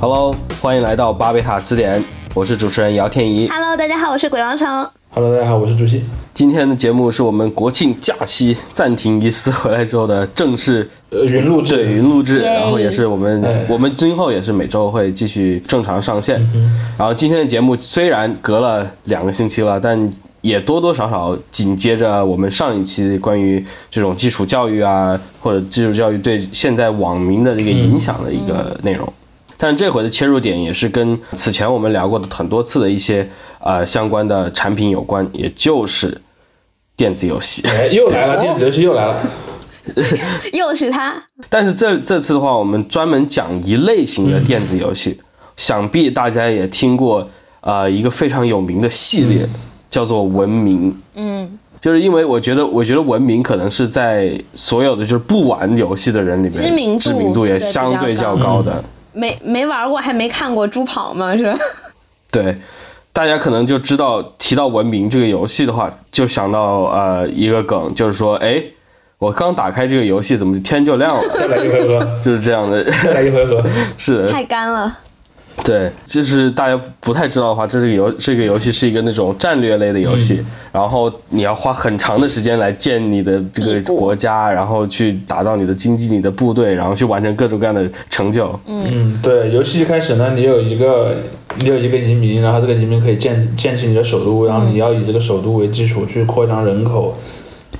Hello，欢迎来到巴贝塔词典，我是主持人姚天怡。 Hello，大家好，我是鬼王城。 Hello，大家好，我是朱熹。今天的节目是我们国庆假期暂停一次回来之后的正式呃，云录对制，云录制， Yay 然后也是我们哎我们今后也是每周会继续正常上线。然后今天的节目虽然隔了两个星期了，但也多多少少紧接着我们上一期关于这种基础教育啊，或者基础教育对现在网民的这个影响的一个内容。但这回的切入点也是跟此前我们聊过的很多次的一些呃相关的产品有关，也就是电子游戏。 哎，又来了，电子游戏又来了。又是他，但是这这次的话，我们专门讲一类型的电子游戏，想必大家也听过，呃，一个非常有名的系列、叫做《文明》。嗯，就是因为我觉得，我觉得《文明》可能是在所有的就是不玩游戏的人里面，知名度也对相对比较较高高的。没没玩过，还没看过猪跑嘛，是吧？对，大家可能就知道提到《文明》这个游戏的话，就想到呃一个梗，就是说，哎，我刚打开这个游戏，怎么天就亮了？ 再来一回合，就是这样的， 再来一回合。是的。太干了，对，就是大家不太知道的话，这是个游这个游戏是一个那种战略类的游戏，然后你要花很长的时间来建你的这个帝国国家，然后去打造你的经济、你的部队，然后去完成各种各样的成就。嗯，对，游戏一开始呢，你有一个你有一个移民，然后这个移民可以建建起你的首都，然后你要以这个首都为基础去扩张人口，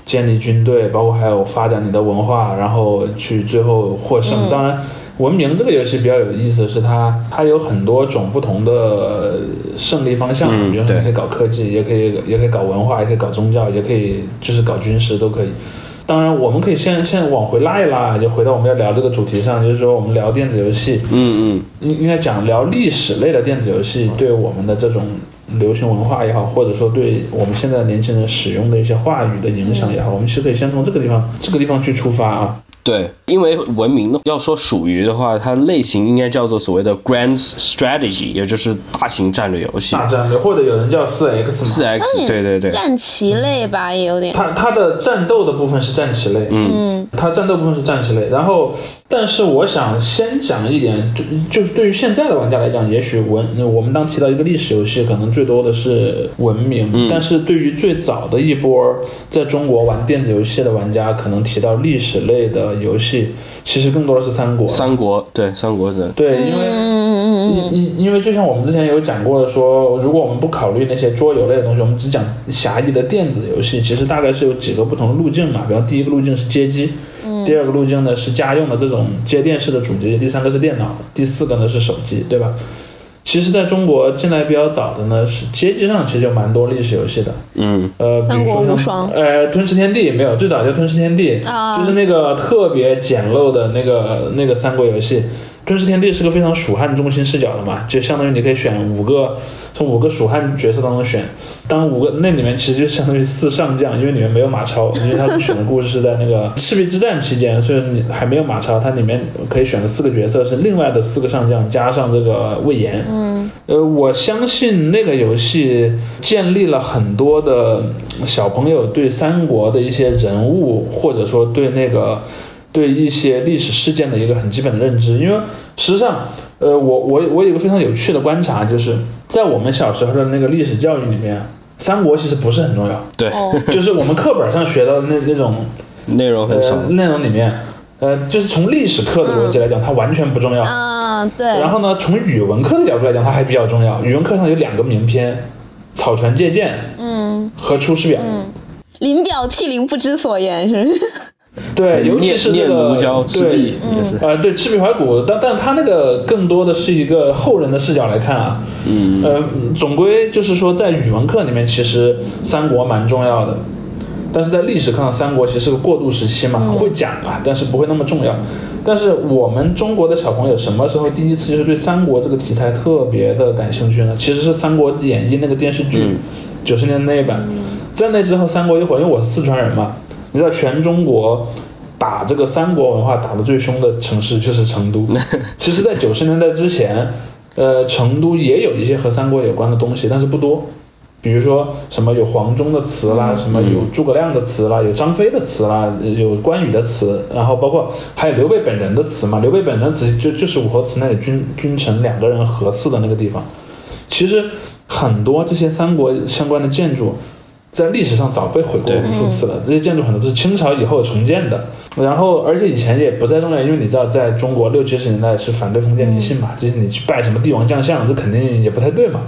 建立军队，包括还有发展你的文化，然后去最后获胜。当然，文明这个游戏比较有意思的是它它有很多种不同的呃胜利方向，嗯比如说对你可以搞科技，也可以也可以搞文化，也可以搞宗教，也可以就是搞军事都可以。当然，我们可以先先往回拉一拉，就回到我们要聊这个主题上，就是说我们聊电子游戏，嗯嗯，应应该讲聊历史类的电子游戏对我们的这种流行文化也好，或者说对我们现在年轻人使用的一些话语的影响也好，我们其实可以先从这个地方这个地方去出发啊。对，因为文明的要说属于的话，它类型应该叫做所谓的 grand strategy，也就是大型战略游戏大。战略，或者有人叫四 X 嘛，四 X，对对对，战棋嗯类吧，也有点。它它的战斗的部分是战棋类，嗯，它战斗部分是战棋类。然后，但是我想先讲一点，就就是对于现在的玩家来讲，也许文我们当提到一个历史游戏，可能最多的是文明，但是对于最早的一波在中国玩电子游戏的玩家，可能提到历史类的游戏，其实更多的是三国。三国，对三国的，对，因为嗯嗯嗯因因因为就像我们之前有讲过的说，如果我们不考虑那些桌游类的东西，我们只讲狭义的电子游戏，其实大概是有几个不同的路径嘛。比方第一个路径是街机，嗯第二个路径呢是家用的这种接电视的主机，第三个是电脑，第四个呢是手机，对吧？其实在中国进来比较早的呢，是街机上其实就蛮多历史游戏的，嗯，呃，比三如国说无像双呃，吞噬天地没有，最早叫吞噬天地，啊就是那个特别简陋的那个那个三国游戏。吞噬天地是个非常蜀汉中心视角的嘛，就相当于你可以选五个，从五个蜀汉角色当中选，当五个那里面其实就相当于四上将，因为里面没有马超，因为他们选的故事是在那个赤壁之战期间，所以你还没有马超，它里面可以选的四个角色是另外的四个上将加上这个魏延，嗯呃，我相信那个游戏建立了很多的嗯小朋友对三国的一些人物，或者说对那个对一些历史事件的一个很基本的认知。因为实际上，呃，我我我有一个非常有趣的观察，就是在我们小时候的那个历史教育里面，三国其实不是很 重要，对，哦，就是我们课本上学到的那那种内容很少嗯呃。内容里面，呃，就是从历史课的逻辑来讲，它完全不重 要。啊，对，然后呢，从语文课的角度来讲，它还比较重要。语文课上有两个名篇，《草船借箭》嗯，和《出师表》临表涕零，不知所言，是不是？ 对，尤其是这呃念念个奴娇，赤对壁，也是。呃，对，赤壁怀古，但但他那个更多的是一个后人的视角来看啊，嗯，呃，总归就是说，在语文课里面，其实三国蛮重要的，但是在历史课上，三国其实是个过渡时期嘛，会讲啊，但是不会那么重要。但是我们中国的小朋友什么时候第一次就是对三国这个题材特别的感兴趣呢？其实是《三国演义》那个电视嗯剧，九十、年代那一版。在那之后，三国一会儿，因为我是四川人嘛，你知道全中国打这个三国文化打得最凶的城市就是成都。其实，在九十年代之前，呃，成都也有一些和三国有关的东西，但是不多。比如说什么有黄忠的词啦，什么有诸葛亮的词啦，有张飞的词啦，有关羽的词，然后包括还有刘备本人的词嘛。刘备本人的词就就是武侯祠那里君君臣两个人合祀的那个地方。其实很多这些三国相关的建筑，在历史上早被毁过对无数次了。这些建筑很多都是清朝以后重建的，然后而且以前也不在重要，因为你知道，在中国六七十年代是反对封建迷信嘛，就是你去拜什么帝王将相，这肯定也不太对嘛。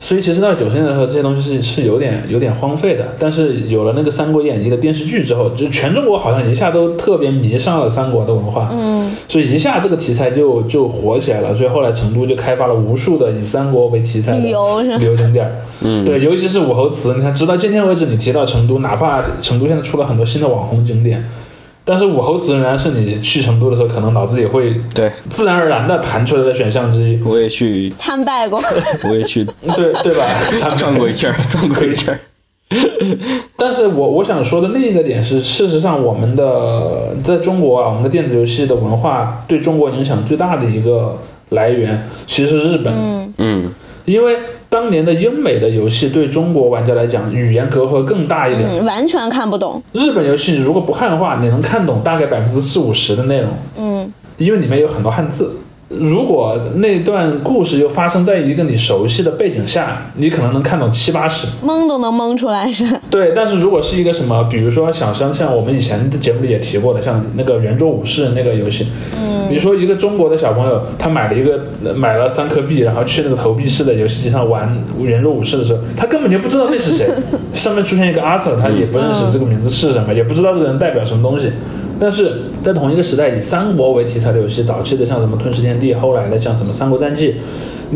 所以其实到九十年代的时候，这些东西是是有点有点荒废的。但是有了那个《三国演义》的电视剧之后，就是全中国好像一下都特别迷上了三国的文化，嗯，所以一下这个题材就就火起来了。所以后来成都就开发了无数的以三国为题材的旅游是吧旅游景点儿，嗯，对，尤其是武侯祠，你看，直到今天为止，你提到成都，哪怕成都现在出了很多新的网红景点，但是武侯祠仍然是你去成都的时候，可能脑子里会对，自然而然的弹出来的选项之一，嗯我也去，参拜 过，我也 去对对 吧？咱们转过一圈儿， 转过一圈儿。但是我我想说的另一个点是，事实上我们的在中国啊，我们的电子游戏的文化对中国影响最大的一个来源，其实是日本，嗯，因为当年的英美的游戏对中国玩家来讲，语言隔阂更大一点。嗯，完全看不懂，日本游戏如果不汉化，你能看懂大概百分之四五十的内容，嗯，因为里面有很多汉字。如果那段故事又发生在一个你熟悉的背景下，你可能能看懂七八十。蒙都能蒙出来是吧， 对，但是如果是一个什么，比如说想像像我们以前的节目里也提过的，像那个圆桌武士那个游戏，嗯，你说一个中国的小朋友，他买了一个呃买了三颗币，然后去那个投币式的游戏机上玩圆桌武士的时候，他根本就不知道那是谁，上面出现一个阿 Sir，他也不认识这个名字是什么，也不知道这个人代表什么东西。但是在同一个时代，以三国为题材的游戏，早期的像什么《吞食天地》，后来的像什么《三国战记》，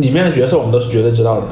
里面的角色我们都是绝对知道的，《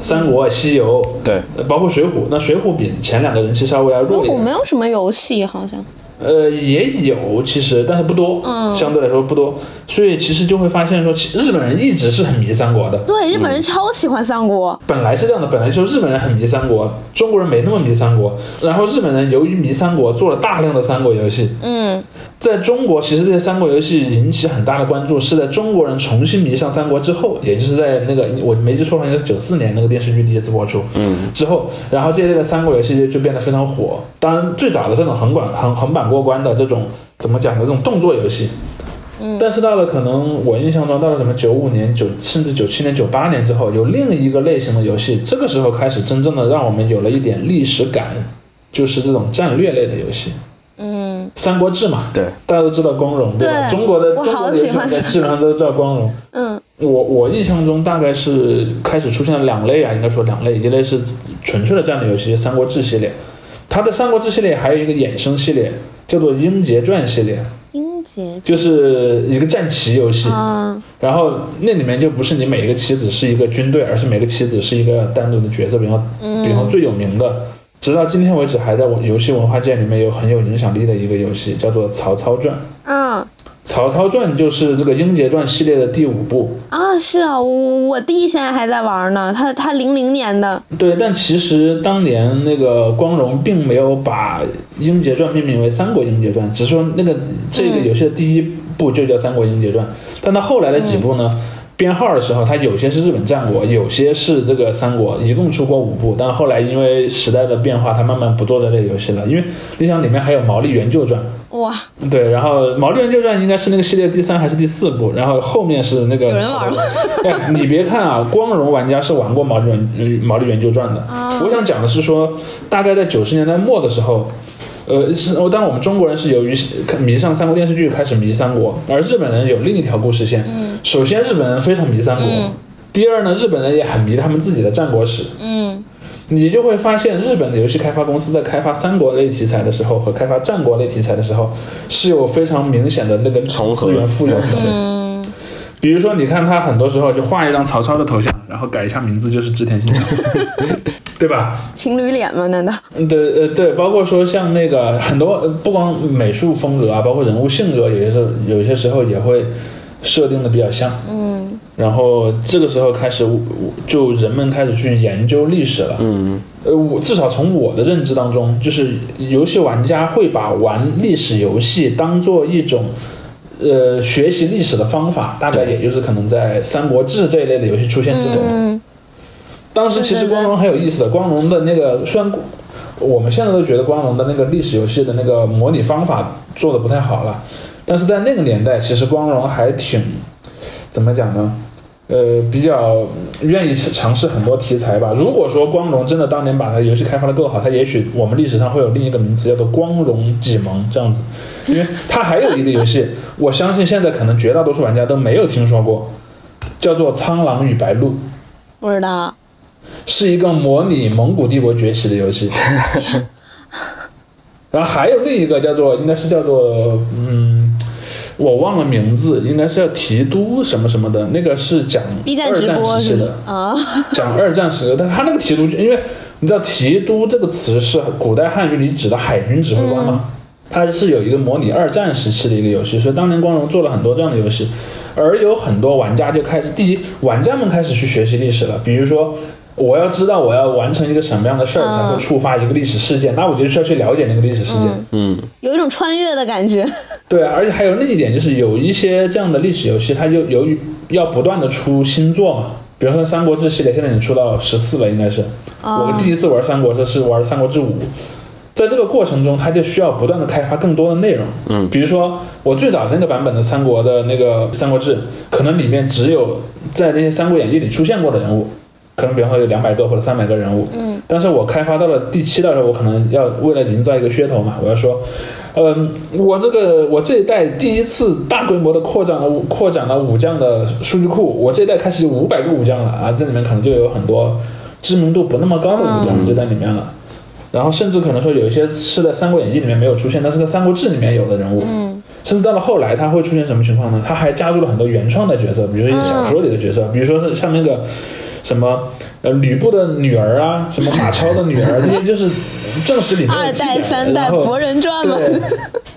三国》《西游》对，呃包括《水浒》，那《水浒》比前两个人气稍微要弱一我点，没有什么游戏好像，呃，也有其实，但是不多，嗯相对来说不多，所以其实就会发现说，其日本人一直是很迷三国的，对，日本人超喜欢三国，本来是这样的，本来就日本人很迷三国，中国人没那么迷三国，然后日本人由于迷三国做了大量的三国游戏，嗯，在中国其实这些三国游戏引起很大的关注，是在中国人重新迷上三国之后，也就是在那个我没记错的话，应该是九四年那个电视剧第一次播出，嗯，之后，然后这一类的三国游戏就就变得非常火。当然，最早的这种横版横横版过关的这种怎么讲呢？这种动作游戏，嗯，但是到了可能我印象中到了什么九五年、九甚至九七年、九八年之后，有另一个类型的游戏，这个时候开始真正的让我们有了一点历史感，就是这种战略类的游戏。嗯，《三国志》嘛，对，大家都知道光荣，对吧？对中国的我中国好的游戏喜欢在基本上都叫光 荣。嗯，我我印象中大概是开始出现了两类啊，应该说两类，一类是纯粹的战略游戏，《三国志》系列，它的《三国志》系列还有一个衍生系列，叫做《英杰传》系列，英杰，就是一个战棋游戏。啊，然后那里面就不是你每一个棋子是一个军队，而是每个棋子是一个单独的角色，比方比方最有名的，直到今天为止还在我游戏文化界里面有很有影响力的一个游戏，叫做《曹操传》。嗯。 《曹操传》就是这个《英杰传》系列的第五部。啊，是啊，我我弟现在还在玩呢，他他零零年的，对，但其实当年那个光荣并没有把《英杰传》命名为《三国英杰传》，只是说那个这个游戏的第一部就叫《三国英杰传》，但它后来的几部呢，编号的时候它有些是日本战国，有些是这个三国，一共出过五部，但后来因为时代的变化，它慢慢不做这类游戏了，因为你想里面还有《毛利元就传》，哇，对，然后《毛利元就传》应该是那个系列第三还是第四部，然后后面是那个有人玩吗？ 哎，你别看啊，光荣玩家是玩过《毛利元呃毛利元就传》的。啊我想讲的是说，大概在九十年代末的时候，呃，是我当我们中国人是由于迷上三国电视剧开始迷三国，而日本人有另一条故事线。嗯首先，日本人非常迷三国。第二呢，日本人也很迷他们自己的战国史。嗯，你就会发现，日本的游戏开发公司在开发三国类题材的时候和开发战国类题材的时候，是有非常明显的那个重合嗯资源复用的。比如说，你看他很多时候就画一张曹操的头像，然后改一下名字就是织田信长，对吧？情侣脸吗？难道？嗯对，呃，对，包括说像那个很多，呃不光美术风格啊，包括人物性格，有些时候有些时候也会设定的比较像。嗯。然后这个时候开始，我我就人们开始去研究历史了。嗯。呃，我至少从我的认知当中，就是游戏玩家会把玩历史游戏当做一种。呃，学习历史的方法大概也就是可能在《三国志》这一类的游戏出现之后，当时其实嗯对对对光荣很有意思的，光荣的那个虽然我们现在都觉得光荣的那个历史游戏的那个模拟方法做的不太好了，但是在那个年代，其实光荣还挺怎么讲呢？呃，比较愿意尝试很多题材吧。如果说光荣真的当年把它游戏开发的够好，它也许我们历史上会有另一个名词叫做“光荣启蒙”这样子，因为它还有一个游戏，我相信现在可能绝大多数玩家都没有听说过，叫做《苍狼与白鹿》。不知道。是一个模拟蒙古帝国崛起的游戏。然后还有另一个叫做，应该是叫做，嗯，我忘了名字，应该是叫提督什么什么的，那个是讲 B 站二直播战时是期的，吗？啊， 讲二战时，但他那个提督，因为你知道“提督”这个词是古代汉语里指的海军指挥官嘛，它是有一个模拟二战时期的一个游戏，所以当年光荣做了很多这样的游戏，而有很多玩家就开始，第一，玩家们开始去学习历史了，比如说。我要知道我要完成一个什么样的事儿才会嗯触发一个历史事件，那我就需要去了解那个历史事件。嗯，有一种穿越的感觉。对啊，而且还有另一点就是，有一些这样的历史游戏，它就由于要不断的出新作嘛，比如说《三国志》系列，现在已经出到十四了，应该是。我啊，第一次玩《三国志》是玩《三国志五》，在这个过程中，它就需要不断的开发更多的内容。嗯比如说我最早那个版本的三国的那个《三国志》，可能里面只有在那些《三国演义》里出现过的人物，可能比方说有两百个或者三百个人物。嗯，但是我开发到了第七代的时候，我可能要为了营造一个噱头嘛，我要说，嗯，我这个我这一代第一次大规模的扩展了扩展了武将的数据库，我这一代开始有五百个武将了啊，这里面可能就有很多知名度不那么高的武将就在里面嗯了。然后甚至可能说有一些是在《三国演义》里面没有出现，但是在《三国志》里面有的人物，嗯，甚至到了后来，它会出现什么情况呢？它还加入了很多原创的角色，比如说小说里的角色，比如说是像那个什么呃吕布的女儿啊，什么马超的女儿，这些就是正史里面 有 二记载代、的三代然《后博人传》嘛。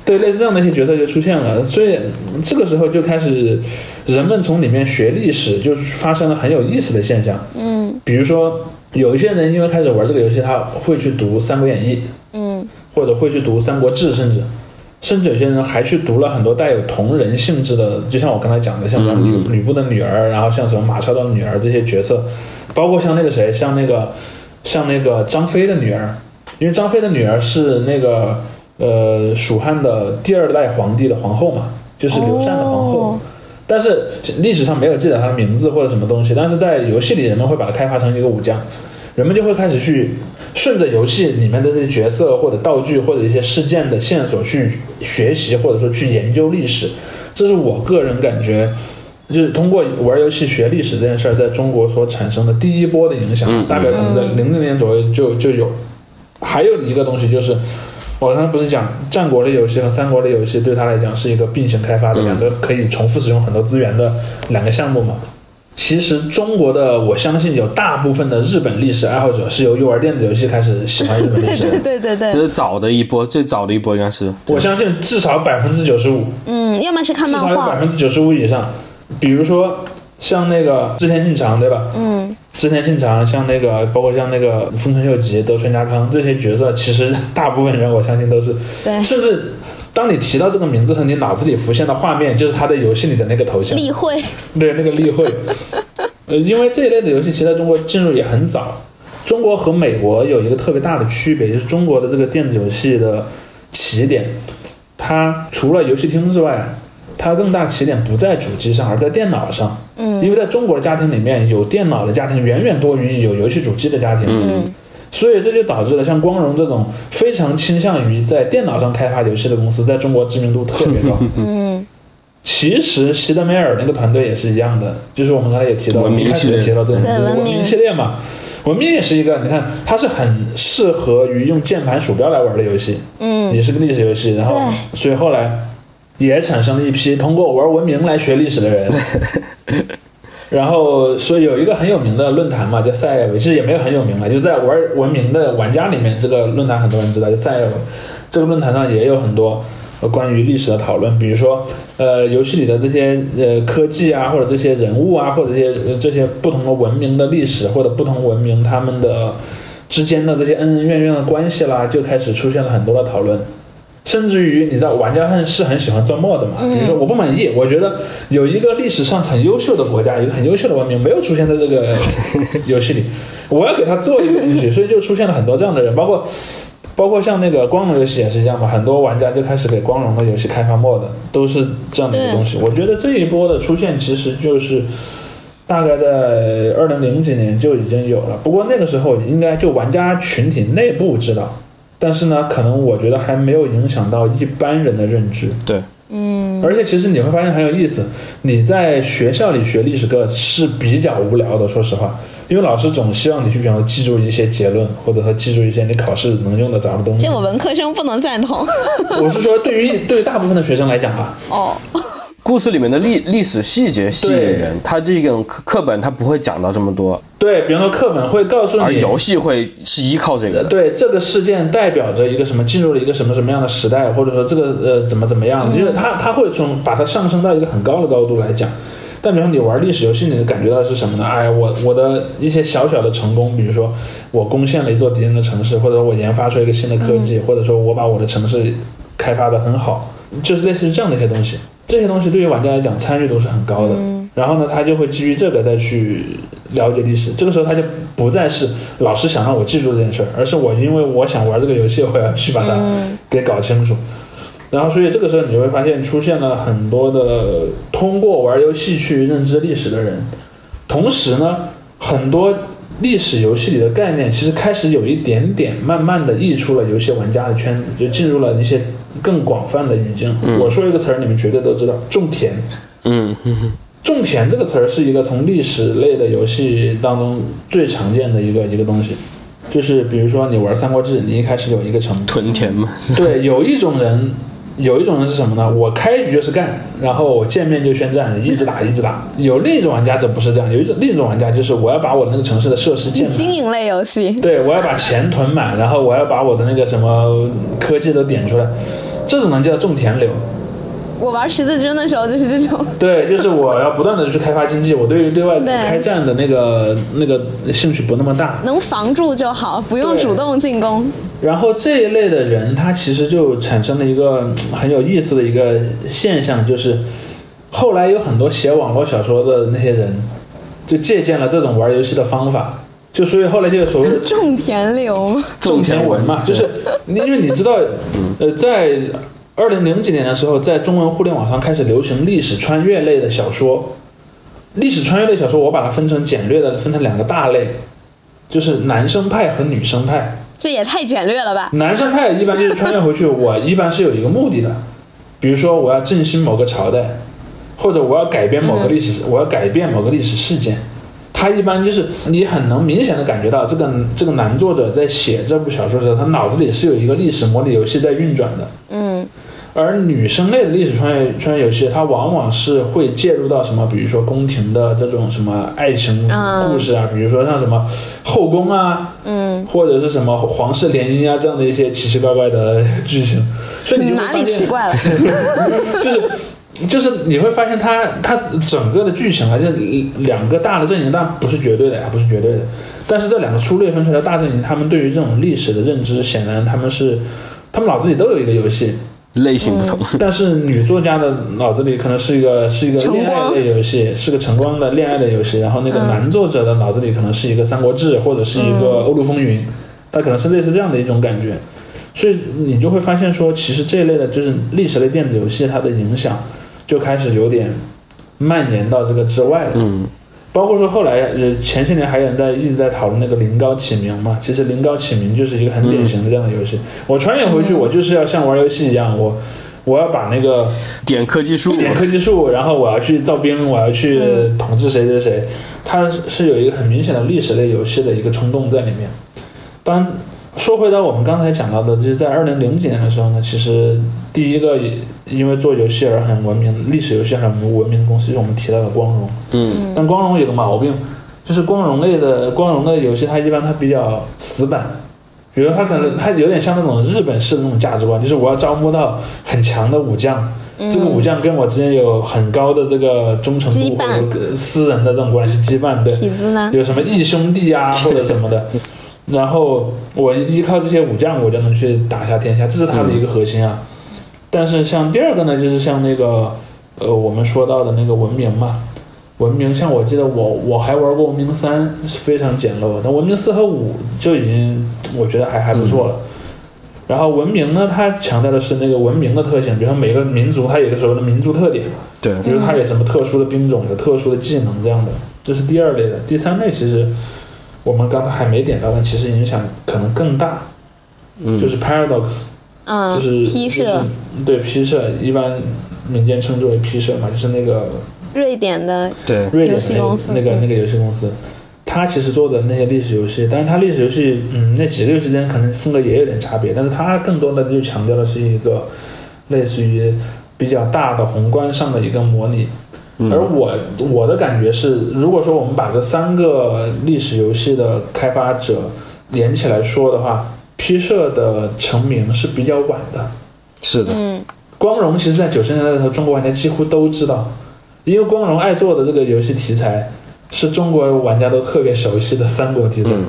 对， 对，类似这样的一些角色就出现了，所以嗯这个时候就开始人们从里面学历史，就是发生了很有意思的现象。嗯比如说，有一些人因为开始玩这个游戏，他会去读《三国演义》，嗯或者会去读《三国志》，甚至甚至有些人还去读了很多带有同人性质的，就像我刚才讲的，像什么吕吕布的女儿，然后像什么马超的女儿这些角色，包括像那个谁，像那个像那个张飞的女儿，因为张飞的女儿是那个呃蜀汉的第二代皇帝的皇后嘛，就是刘禅的皇后。哦但是历史上没有记载她的名字或者什么东西，但是在游戏里人们会把它开发成一个武将，人们就会开始去顺着游戏里面的这些角色或者道具或者一些事件的线索去学习或者说去研究历史，这是我个人感觉。就是通过玩游戏学历史这件事儿，在中国所产生的第一波的影响，大概可能在零零年左右就就有。还有一个东西就是，我刚才不是讲战国类游戏和三国类游戏对他来讲是一个并行开发的两个可以重复使用很多资源的两个项目嘛？其实中国的，我相信有大部分的日本历史爱好者是由于玩电子游戏开始喜欢日本历对史对的。对对这对，是早的一波，最早的一波应该是我相信至少百分之九十五，嗯，要么是看至漫少有百画，分之九十五以上。比如说像那个织田信长，对吧？嗯，织田信长，像那个包括像那个丰臣秀吉、德川家康这些角色，其实大部分人我相信都是对，甚至当你提到这个名字时，你脑子里浮现的画面就是他在游戏里的那个头像，例会，对，那个例会。呃，因为这一类的游戏其实在中国进入也很早，中国和美国有一个特别大的区别，就是中国的这个电子游戏的起点，它除了游戏厅之外，它更大起点不在主机上，而在电脑上。嗯因为在中国的家庭里面，有电脑的家庭远远多于有游戏主机的家庭。嗯所以这就导致了像光荣这种非常倾向于在电脑上开发游戏的公司，在中国知名度特别高。 嗯其实席德梅尔那个团队也是一样的，就是我们刚才也提到，文明一开始也系列提到这个名对字，文文明明系列嘛，文明也是一个，你看它是很适合于用键盘鼠标来玩的游戏，嗯，也是个历史游戏，然后对所以后来也产生了一批通过玩文明来学历史的人。 然后，所以有一个很有名的论坛嘛，叫赛艾维，其实也没有很有名了，就在玩文明的玩家里面，这个论坛很多人知道，叫赛艾维。这个论坛上也有很多呃关于历史的讨论，比如说，呃，游戏里的这些呃科技啊，或者这些人物啊，或者这些、呃这些不同的文明的历史，或者不同文明他呃们的之间的这些恩恩怨怨的关系啦，就开始出现了很多的讨论。甚至于你知道，玩家很是很喜欢钻 mod 嘛，比如说我不满意，我觉得有一个历史上很优秀的国家，一个很优秀的文明没有出现在这个 游戏里，我要给他做一个东西，所以就出现了很多这样的人，包括。包括像那个光荣游戏也是一样嘛，很多玩家就开始给光荣的游戏开发 mod，都是这样的一个对东西。我觉得这一波的出现其实就是大概在二零零几年就已经有了，不过那个时候应该就玩家群体内部知道，但是呢，可能我觉得还没有影响到一般人的认知。对，嗯，而且其实你会发现很有意思，你在学校里学历史课是比较无聊的，说实话，因为老师总希望你去，比方说记住一些结论，或者说记住一些你考试能用得着的东西这。我文科生不能赞同我是说，对于对于大部分的学生来讲啊，哦。故事里面的历历史细节吸引对人，它这种课课本它不会讲到这么多，对，比方说课本会告诉而啊你，游戏会是依靠这个的。对这个事件代表着一个什么，进入了一个什么什么样的时代，或者说这个呃怎么怎么样，就是它它会从把它上升到一个很高的高度来讲。但比如说你玩历史游戏，你感觉到的是什么呢？哎，我我的一些小小的成功，比如说我攻陷了一座敌人的城市，或者说我研发出一个新的科技，或者说我把我的城市开发的很好，就是类似于这样的一些东西。这些东西对于玩家来讲参与度是很高的。然后呢，他就会基于这个再去了解历史。这个时候他就不再是老师想让我记住这件事儿，而是我因为我想玩这个游戏，我要去把它给搞清楚。然后，所以这个时候你就会发现出现了很多的通过玩游戏去认知历史的人，同时呢，很多历史游戏里的概念其实开始有一点点慢慢的溢出了游戏玩家的圈子，就进入了一些更广泛的语境。我说一个词儿，你们绝对都知道，种田。嗯， 哼哼种田这个词儿是一个从历史类的游戏当中最常见的一个一个东西，就是比如说你玩《三国志》，你一开始有一个城，屯田嘛，对，有一种人，有一种人是什么呢？我开局就是干，然后我见面就宣战，一直打一直打。有另一种玩家则不是这样，有一种另一种玩家就是我要把我那个城市的设施建经满。营类游戏，对，我要把钱囤满，然后我要把我的那个什么科技都点出来，这种人就叫种田流。我玩十字军的时候就是这种，对，就是我要不断的去开发经济，我对于对外对开战的那个那个兴趣不那么大。能防住就好，不用对主动进攻。然后这一类的人，他其实就产生了一个嗯很有意思的一个现象，就是后来有很多写网络小说的那些人，就借鉴了这种玩游戏的方法，就所以后来就有所谓的种田流吗？种田文嘛，就是你因为你知道，呃，在二零零几年的时候，在中文互联网上开始流行历史穿越类的小说。历史穿越类小说，我把它分成简略的分成两个大类，就是男生派和女生派。这也太简略了吧？男生派一般就是穿越回去，我一般是有一个目的的，比如说我要振兴某个朝代，或者我要改变某个历史，我要改变某个历史事件。他一般就是你很能明显的感觉到这个这个男作者在写这部小说的时候，他脑子里是有一个历史模拟游戏在运转的。嗯，而女生类的历史穿越穿越游戏，它往往是会介入到什么，比如说宫廷的这种什么爱情故事啊，比如说像什么后宫啊，嗯，或者是什么皇室联姻啊这样的一些奇奇怪怪的剧情，所以你就嗯会哪里发现奇， 怪了？就是就是你会发现它它整个的剧情啊，就两个大的阵营，但不是绝对的呀、不是绝对的，但是这两个粗略分出来的大阵营，他们对于这种历史的认知，显然他们是他们脑子里都有一个游戏，类型不同。但是女作家的脑子里可能是一个是一个晨恋爱光嗯类游戏，是个晨光的恋爱类游戏，然后那个男作者的脑子里可能是一个《三国志》或者是一个《欧陆风云》，它可能是类似这样的一种感觉，所以你就会发现说，其实这一类的就是历史类电子游戏，它的影响就开始有点蔓延到这个之外了。嗯，包括说后来呃前些年还有人在一直在讨论那个临高启明嘛，其实临高启明就是一个很典型的这样的游戏。我穿越回去，我就是要像玩游戏一样，我我要把那个 点科技树，点科技树，然后我要去造兵，我要去统治谁谁谁，它是有一个很明显的历史类游戏的一个冲动在里面。当说回到我们刚才讲到的，就是在二零零几年的时候呢，其实第一个因为做游戏而很文明，历史游戏很文明的公司，就是我们提到的光荣。嗯，但光荣有个毛病，就是光荣类的光荣的游戏，它一般它比较死板。比如它可能它有点像那种日本式的那种价值观，就是我要招募到很强的武将，嗯这个武将跟我之间有很高的这个忠诚羁度绊或者说私人的这种关系羁绊，对，痞子呢？有什么义兄弟啊或者什么的，然后我依靠这些武将，我就能去打下天下，这是他的一个核心啊。但是像第二个呢，就是像那个呃我们说到的那个文明嘛，文明像我记得我我还玩过文明三，是非常简陋的，但文明四和五就已经我觉得还还不错了。然后文明呢，它强调的是那个文明的特性，比如说每个民族它有个所谓的民族特点，对，比如它有什么特殊的兵种、有特殊的技能这样的，这是第二类的。第三类其实我们刚才还没点到，但其实影响可能更大，嗯，就是 paradox，、嗯，就是批就示是对批射，一般民间称之为批射嘛，就是那个瑞典的，对，瑞典游的戏那公个司那个那个游戏公司，它其实做的那些历史游戏，但是它历史游戏，嗯，那几个游戏之间可能风格也有点差别，但是它更多的就强调的是一个类似于比较大的宏观上的一个模拟。而我我的感觉是，如果说我们把这三个历史游戏的开发者连起来说的话，批社的成名是比较晚的，是的，嗯光荣其实在九十年代的时候，中国玩家几乎都知道，因为光荣爱做的这个游戏题材是中国玩家都特别熟悉的三国题材。嗯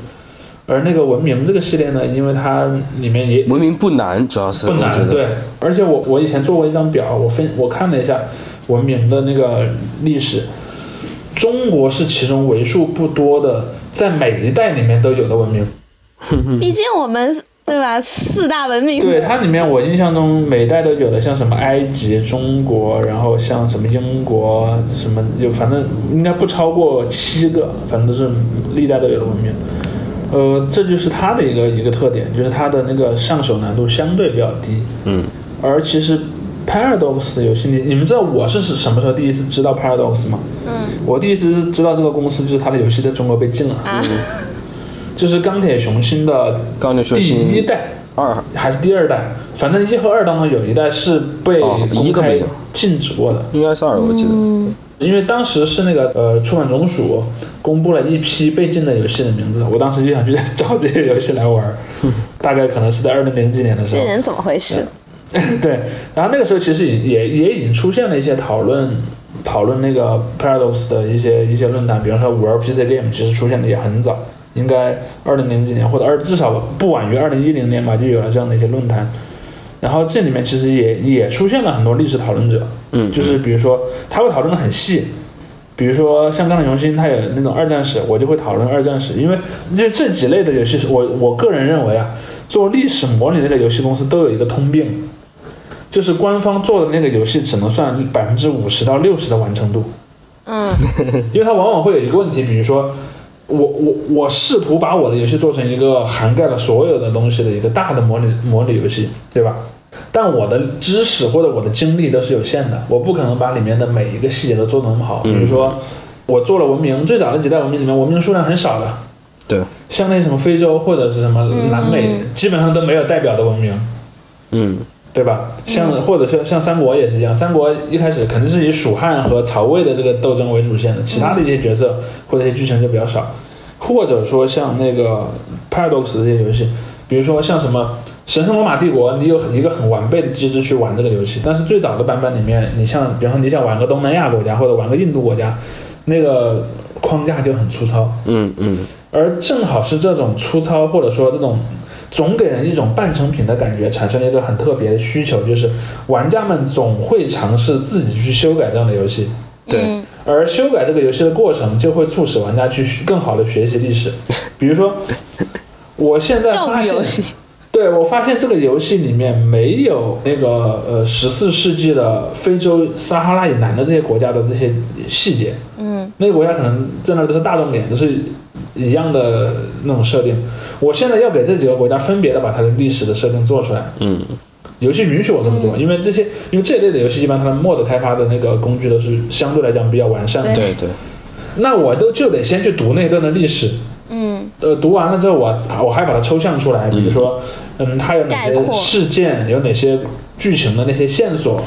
而那个文明这个系列呢，因为它里面也文明不难，主要嗯是不我觉难，得，对。而且我我以前做过一张表，我分我看了一下文明的那个历史，中国是其中为数不多的在每一代里面都有的文明。毕竟我们对吧，四大文明，嗯对它里面，我印象中每代都有的，像什么埃及、中国，然后像什么英国，什么有，反正应该不超过七个，反正都是历代都有的文明。呃，这就是它的一个一个特点，就是它的那个上手难度相对比较低。嗯，而其实 Paradox 的游戏，你你们知道我是什么时候第一次知道 Paradox 吗？嗯我第一次知道这个公司，就是它的游戏在中国被禁了，啊，就是钢铁雄心的刚才说第一新代。二，还是第二代，反正一和二当中有一代是被哦一公个没开有禁止过的，应该是二，我记得，嗯因为当时是那个呃出版总署公布了一批被禁的游戏的名字，我当时就想去 找这些游戏来 玩儿，大概可能是在二零零几年的时这候，人怎么回事？ 对，然后那个时候其实也也也已经出现了一些讨论。讨论那个 Paradox 的一些一些论坛，比方说五二 PC Game，其实出现的也很早，应该二零零几年或者二至少不晚于二零一零年吧，就有了这样的一些论坛。然后这里面其实也也出现了很多历史讨论者，嗯就是比如说他会讨论的很细，比如说像《钢铁雄心》，它有那种二战史，我就会讨论二战史，因为这这几类的游戏是，我我个人认为啊，做历史模拟类的游戏公司都有一个通病，就是官方做的那个游戏只能算百分之五十到六十的完成度，嗯 因为它往往会有一个问题，比如说我我我试图把我的游戏做成一个涵盖了所有的东西的一个大的模拟模拟游戏，对吧？但我的知识或者我的精力都是有限的，我不可能把里面的每一个细节都做得那么好。比如说，我做了文明，最早的几代文明里面，文明数量很少的，对，像那什么非洲或者是什么南美，基本上都没有代表的文明。嗯，对吧？像、或者是像三国也是一样，三国一开始肯定是以蜀汉和曹魏的这个斗争为主线的，其他的一些角色或者一些剧情就比较少，或者说像那个 Paradox 这些游戏，比如说像什么《神圣罗马帝国》，你有一个很完备的机制去玩这个游戏，但是最早的版本里面，你像比方说你想玩个东南亚国家或者玩个印度国家，那个框架就很粗糙，嗯嗯，而正好是这种粗糙，或者说这种总给人一种半成品的感觉，产生了一个很特别的需求，就是玩家们总会尝试自己去修改这样的游戏，对，嗯而修改这个游戏的过程就会促使玩家去学更好的学习历史。比如说，我现在教发育游现，戏，对我发现这个游戏里面没有那个呃十四世纪的非洲撒哈拉以南的这些国家的这些细节，嗯那个国家可能在那儿都是大众点，都是一样的那种设定。我现在要给这几个国家分别的把它的历史的设定做出来。嗯，游戏允许我这么做，因为这些，因为这类的游戏一般它的 mod 开发的那个工具都是相对来讲比较完善的。对对，那我都就得先去读那段的历史，嗯呃，读完了之后我我还把它抽象出来，比如说，嗯，它有哪概些括事件，有哪些剧情的那些线索，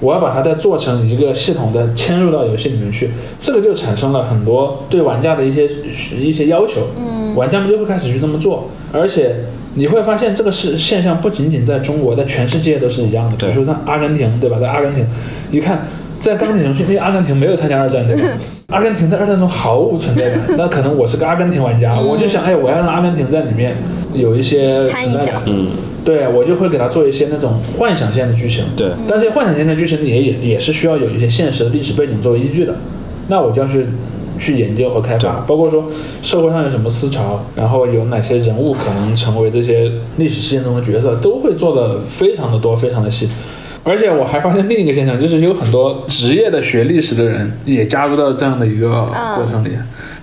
我要把它再做成一个系统的嵌入到游戏里面去，这个就产生了很多对玩家的一些一些要求，嗯玩家们就会开始去这么做，而且你会发现这个是现象不仅仅在中国，在全世界都是一样的。比对如说像阿根廷，对吧？在阿根廷，你看在钢铁雄心，因为阿根廷没有参加二战，对吧？阿根廷在二战中毫无存在感。那可能我是个阿根廷玩家，我就想，哎，我要让阿根廷在里面有一些掺一存在感脚。嗯，对，我就会给他做一些那种幻想线的剧情。对，但是幻想线的剧情也也也是需要有一些现实的历史背景作为依据的。那我就要去去研究和开对发，包括说社会上有什么思潮，然后有哪些人物可能成为这些历史事件中的角色，都会做的非常的多，非常的细。而且我还发现另一个现象，就是有很多职业的学历史的人也加入到这样的一个嗯过程里，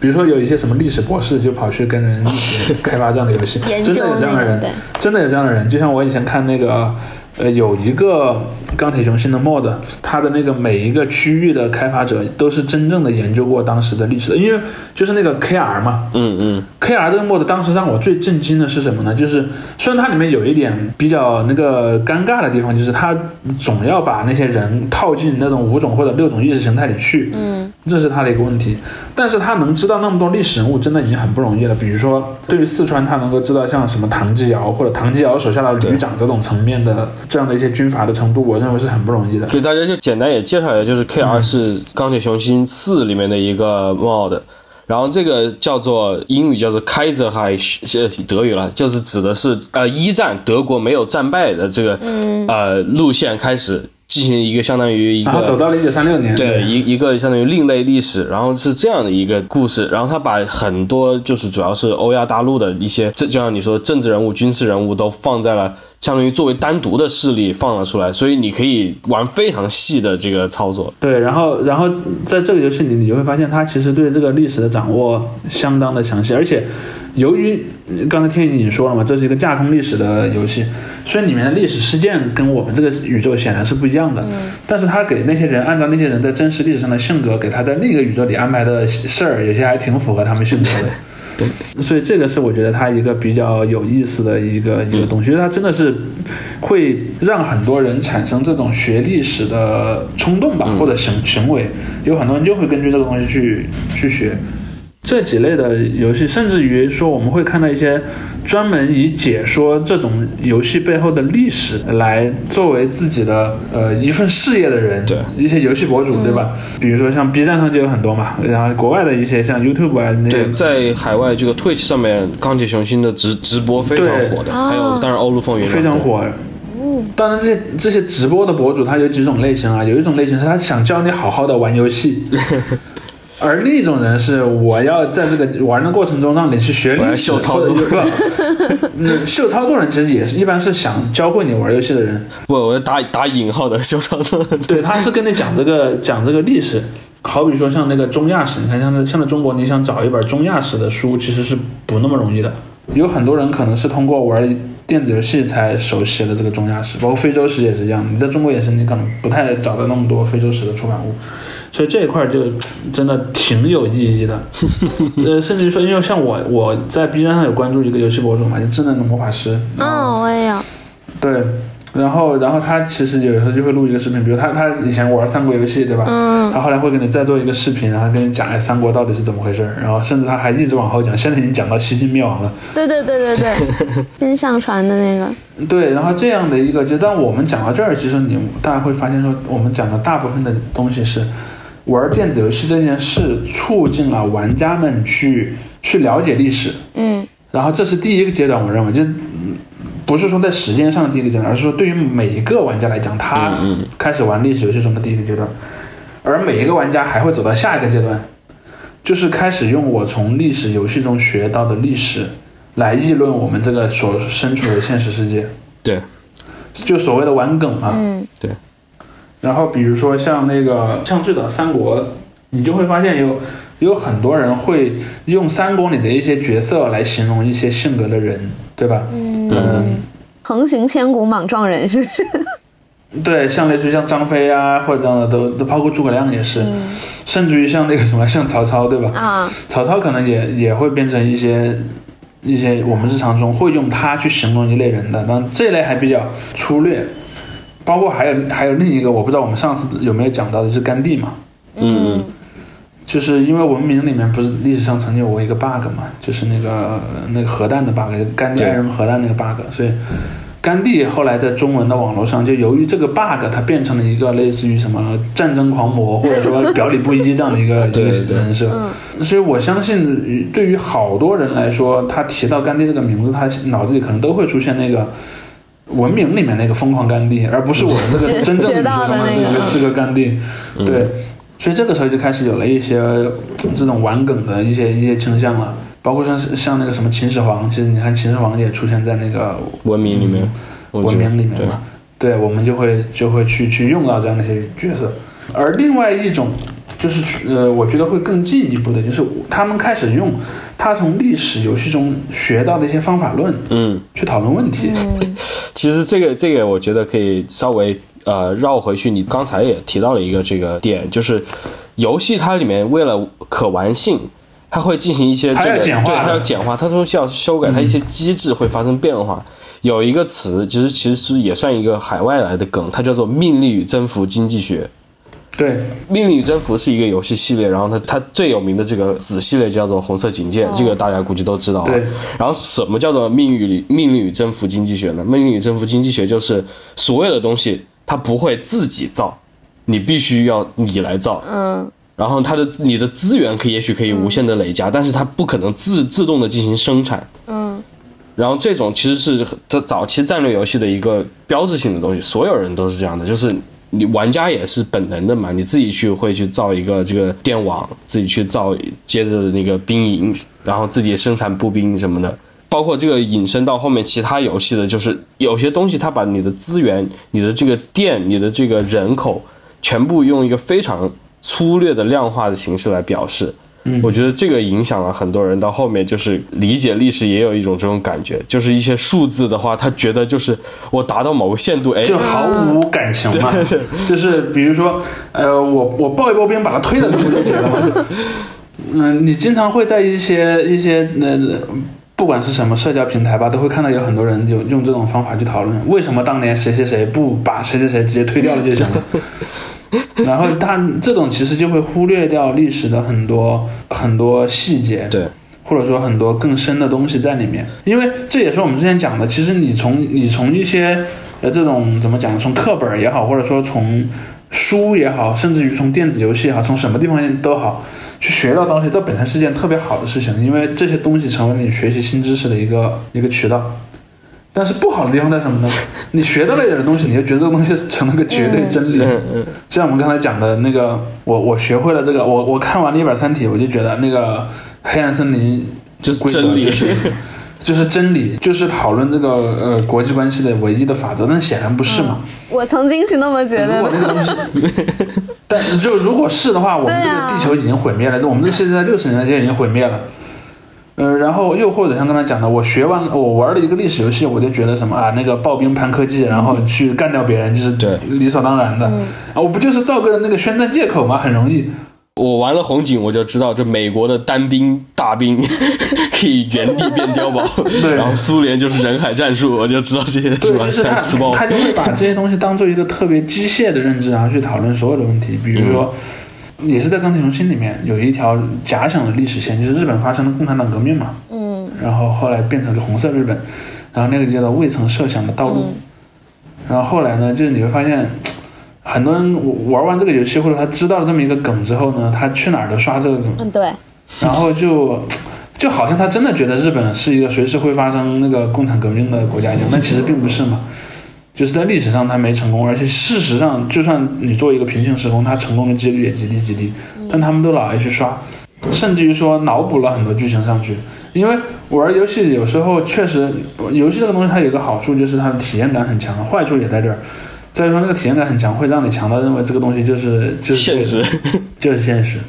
比如说有一些什么历史博士就跑去跟人 一起开发这样的游戏，研真究的有这样的那个人对，真的有这样的人。就像我以前看那个，呃，有一个钢铁雄心的 mod，它的那个每一个区域的开发者都是真正的研究过当时的历史的，因为就是那个 KR 嘛，嗯嗯， KR 这个 mod 当时让我最震惊的是什么呢？就是虽然它里面有一点比较那个尴尬的地方，就是它总要把那些人套进那种五种或者六种意识形态里去，嗯，这是它的一个问题。但是它能知道那么多历史人物，真的已经很不容易了。比如说，对于四川，它能够知道像什么唐继尧或者唐继尧手下的旅长这种层面的这样的一些军阀的程度，我认为是很不容易的。给大家就简单也介绍一下，就是嗯 K R 是钢铁雄心四里面的一个 mod，然后这个叫做英语叫做 Kaiser Reich，是呃德语了，就是指的是呃一战德国没有战败的这个、嗯呃路线开始进行一个相当于一个然后走到了一九三六年，对，一一个相当于另类历史，然后是这样的一个故事，然后他把很多就是主要是欧亚大陆的一些，这就像你说政治人物、军事人物都放在了相当于作为单独的势力放了出来，所以你可以玩非常细的这个操作。对，然后然后在这个游戏里，你就会发现他其实对这个历史的掌握相当的详细，而且由于嗯刚才天宇你说了嘛，这是一个架空历史的游戏，所以里面的历史事件跟我们这个宇宙显然是不一样的。但是他给那些人按照那些人在真实历史上的性格，给他在另一个宇宙里安排的事儿，有些还挺符合他们性格的。所以这个是我觉得它一个比较有意思的一个一个东嗯西，就是它真的是会让很多人产生这种学历史的冲动嗯吧，或者行行为，有很多人就会根据这个东西去去学。这几类的游戏，甚至于说我们会看到一些专门以解说这种游戏背后的历史来作为自己的呃一份事业的人，对嗯一些游戏博主，对吧？比如说像 B 站上就有很多嘛，然后国外的一些像 YouTube 啊那些对，在海外这个 Twitch 上面，钢铁雄心的直直播非常对火的，还有当然欧陆风云非常。火。当然，这些这些直播的博主他有几种类型啊，有一种类型是他想教你好好的玩 游戏，而另一种人是我要在这个玩的过程中让你去学我要历史秀操作或者不， 嗯秀操作人其实也是一般是想教会你玩游戏的人，不，我打打引号的修长的，对，他是跟你讲这个讲这个历史。好比说像那个中亚史，你看像在像在中国，你想找一本中亚史的书，其实是不那么容易的。有很多人可能是通过玩电子游戏才熟悉了这个中亚史，包括非洲史也是一样。你在中国也是，你可能不太找到那么多非洲史的出版物，所以这一块儿就真的挺有意义的。呃，甚至于说，因为像我我在 B 站上有关注一个游戏博主嘛，就智能的魔法师，然后嗯，我也有。对，然后然后他其实有时候就会录一个视频，比如他他以前玩三国游戏，对吧？嗯他后来会给你再做一个视频，然后跟你讲哎三国到底是怎么回事儿，然后甚至他还一直往后讲，现在已经讲到西晋灭亡了。对对对对 对，新上传的那个，对，然后这样的一个，就当我们讲到这儿，其实你大家会发现说，我们讲的大部分的东西是玩电子游戏这件事促进了玩家们去去了解历史，嗯，然后这是第一个阶段，我认为就是嗯不是说在时间上的第一个阶段，而是说对于每一个玩家来讲，他嗯嗯开始玩历史游戏中的第一个阶段，而每一个玩家还会走到下一个阶段，就是开始用我从历史游戏中学到的历史来议论我们这个所身处的现实世界，对，就所谓的玩梗嘛。嗯，然后比如说像那个像最早的三国，你就会发现有有很多人会用三国里的一些角色来形容一些性格的人，对吧？嗯横行千古莽撞人是不是？对，像类似于像张飞啊，或者这样的都都，包括诸葛亮也是，甚至于像那个什么，像曹操，对吧？啊，曹操可能也也会变成一些一些我们日常中会用它去形容一类人的，但这类还比较粗略。包括还有还有另一个，我不知道我们上次有没有讲到的，就是甘地嘛，嗯嗯，就是因为文明里面不是历史上曾经有过一个 bug 嘛，就是那个那个核弹的 bug，甘地对爱人核弹那个 bug，所以甘地后来在中文的网络上，就由于这个 bug，它变成了一个类似于什么战争狂魔，或者说表里不一这样的一个 对一个对对人设。所以我相信，呃对于好多人来说，他提到甘地这个名字，他脑子里可能都会出现那个文明里面那个疯狂甘地，而不是我们这个学真正学到的的那个这个甘地。对，所以这个时候就开始有了一些呃这种玩梗的一些一些倾向了。包括像像那个什么秦始皇，其实你看秦始皇也出现在那个文明里面，我文觉得明里面对嘛，对，我们就会就会去去用到这样的一些角色。而另外一种就是呃，我觉得会更进一步的，就是他们开始用他从历史游戏中学到的一些方法论嗯，去讨论问题。其实这个这个，我觉得可以稍微呃绕回去。你刚才也提到了一个这个点，就是游戏它里面为了可玩性，它会进行一些它这要个简化对的它要简化，它都需要修改，它一些机制会发生变化。有一个词，其实其实是也算一个海外来的梗，它叫做“命令与征服经济学”。对， 《命令与征服》是一个游戏系列，然后它它最有名的这个子系列叫做《红色警戒》，这个大家估计都知道啊对。然后什么叫做命运与命令与征服经济学呢？命令与征服经济学就是所有的东西它不会自己造，你必须要你来造。嗯，然后它的你的资源可以也许可以无限的累加，但是它不可能自自动的进行生产。嗯，然后这种其实是这早期战略游戏的一个标志性的东西，所有人都是这样的，就是你玩家也是本能的嘛，你自己去会去造一个这个电网，自己去造接着那个兵营，然后自己生产步兵什么的。包括这个引申到后面其他游戏的，就是有些东西它把你的资源、你的这个店、你的这个人口，全部用一个非常粗略的量化的形式来表示。嗯我觉得这个影响了很多人，到后面就是理解历史也有一种这种感觉，就是一些数字的话，他觉得就是我达到某个限度，哎，就毫无感情嘛， 就是比如说，呃，我我抱一抱兵把他推了，这不就结了吗？ 嗯，你经常会在一些一些呃，不管是什么社交平台吧，都会看到有很多人有用这种方法去讨论，为什么当年谁谁谁不把谁谁谁直接推掉了就行了。 然后他这种其实就会忽略掉历史的很多很多细节，对，或者说很多更深的东西在里面。因为这也是我们之前讲的，其实你从你从一些呃这种怎么讲，从课本儿也好，或者说从书也好，甚至于从电子游戏也好，从什么地方都好，去学到东西，这本身是件特别好的事情，因为这些东西成为你学习新知识的一个一个渠道。但是不好的地方在什么呢？你学到了一点东西，你就觉得这个东西成了个绝对真理。就像我们刚才讲的那个，我我学会了这个，我我看完了一本《三体》，我就觉得那个黑暗森林就是规则真理就。是就是真理，就是讨论这个呃国际关系的唯一的法则，但显然不是嘛。我曾经是那么觉如得果的。那个东西， 但就如果是的话，我们这对个啊地球已经毁灭了，我们这个世界在六十年代就已经毁灭了。呃，然后又或者像刚才讲的，我学完我玩了一个历史游戏，我就觉得什么啊，那个暴兵攀科技，然后去干掉别人，就是对理所当然的。嗯啊，我不就是造个那个宣战借口吗？很容易。我玩了红警，我就知道这美国的单兵大兵 可以原地变碉堡， 对然后苏联就是人海战 术，我就知道这些对是，吧？就是他三次包，他就会把这些东西当做一个特别机械的认知，然后去讨论所有的问题。比如说，也是在《钢铁雄心》里面有一条假想的历史线，就是日本发生了共产党革命嘛，嗯，然后后来变成了红色日本，然后那个就叫做未曾设想的道路。然后后来呢，就是你会发现，很多人玩完这个游戏或者他知道了这么一个梗之后呢，他去哪儿都刷这个梗，嗯，对，然后就就好像他真的觉得日本是一个随时会发生那个共产革命的国家一样，但其实并不是嘛。就是在历史上他没成功，而且事实上，就算你做一个平行时空，他成功的几率也极低极低。但他们都老爱去刷，甚至于说脑补了很多剧情上去。因为玩游戏有时候确实，游戏这个东西它有一个好处就是它的体验感很强，坏处也在这儿。再说那个体验感很强，会让你强到认为这个东西就是就是现对的实，就是现实。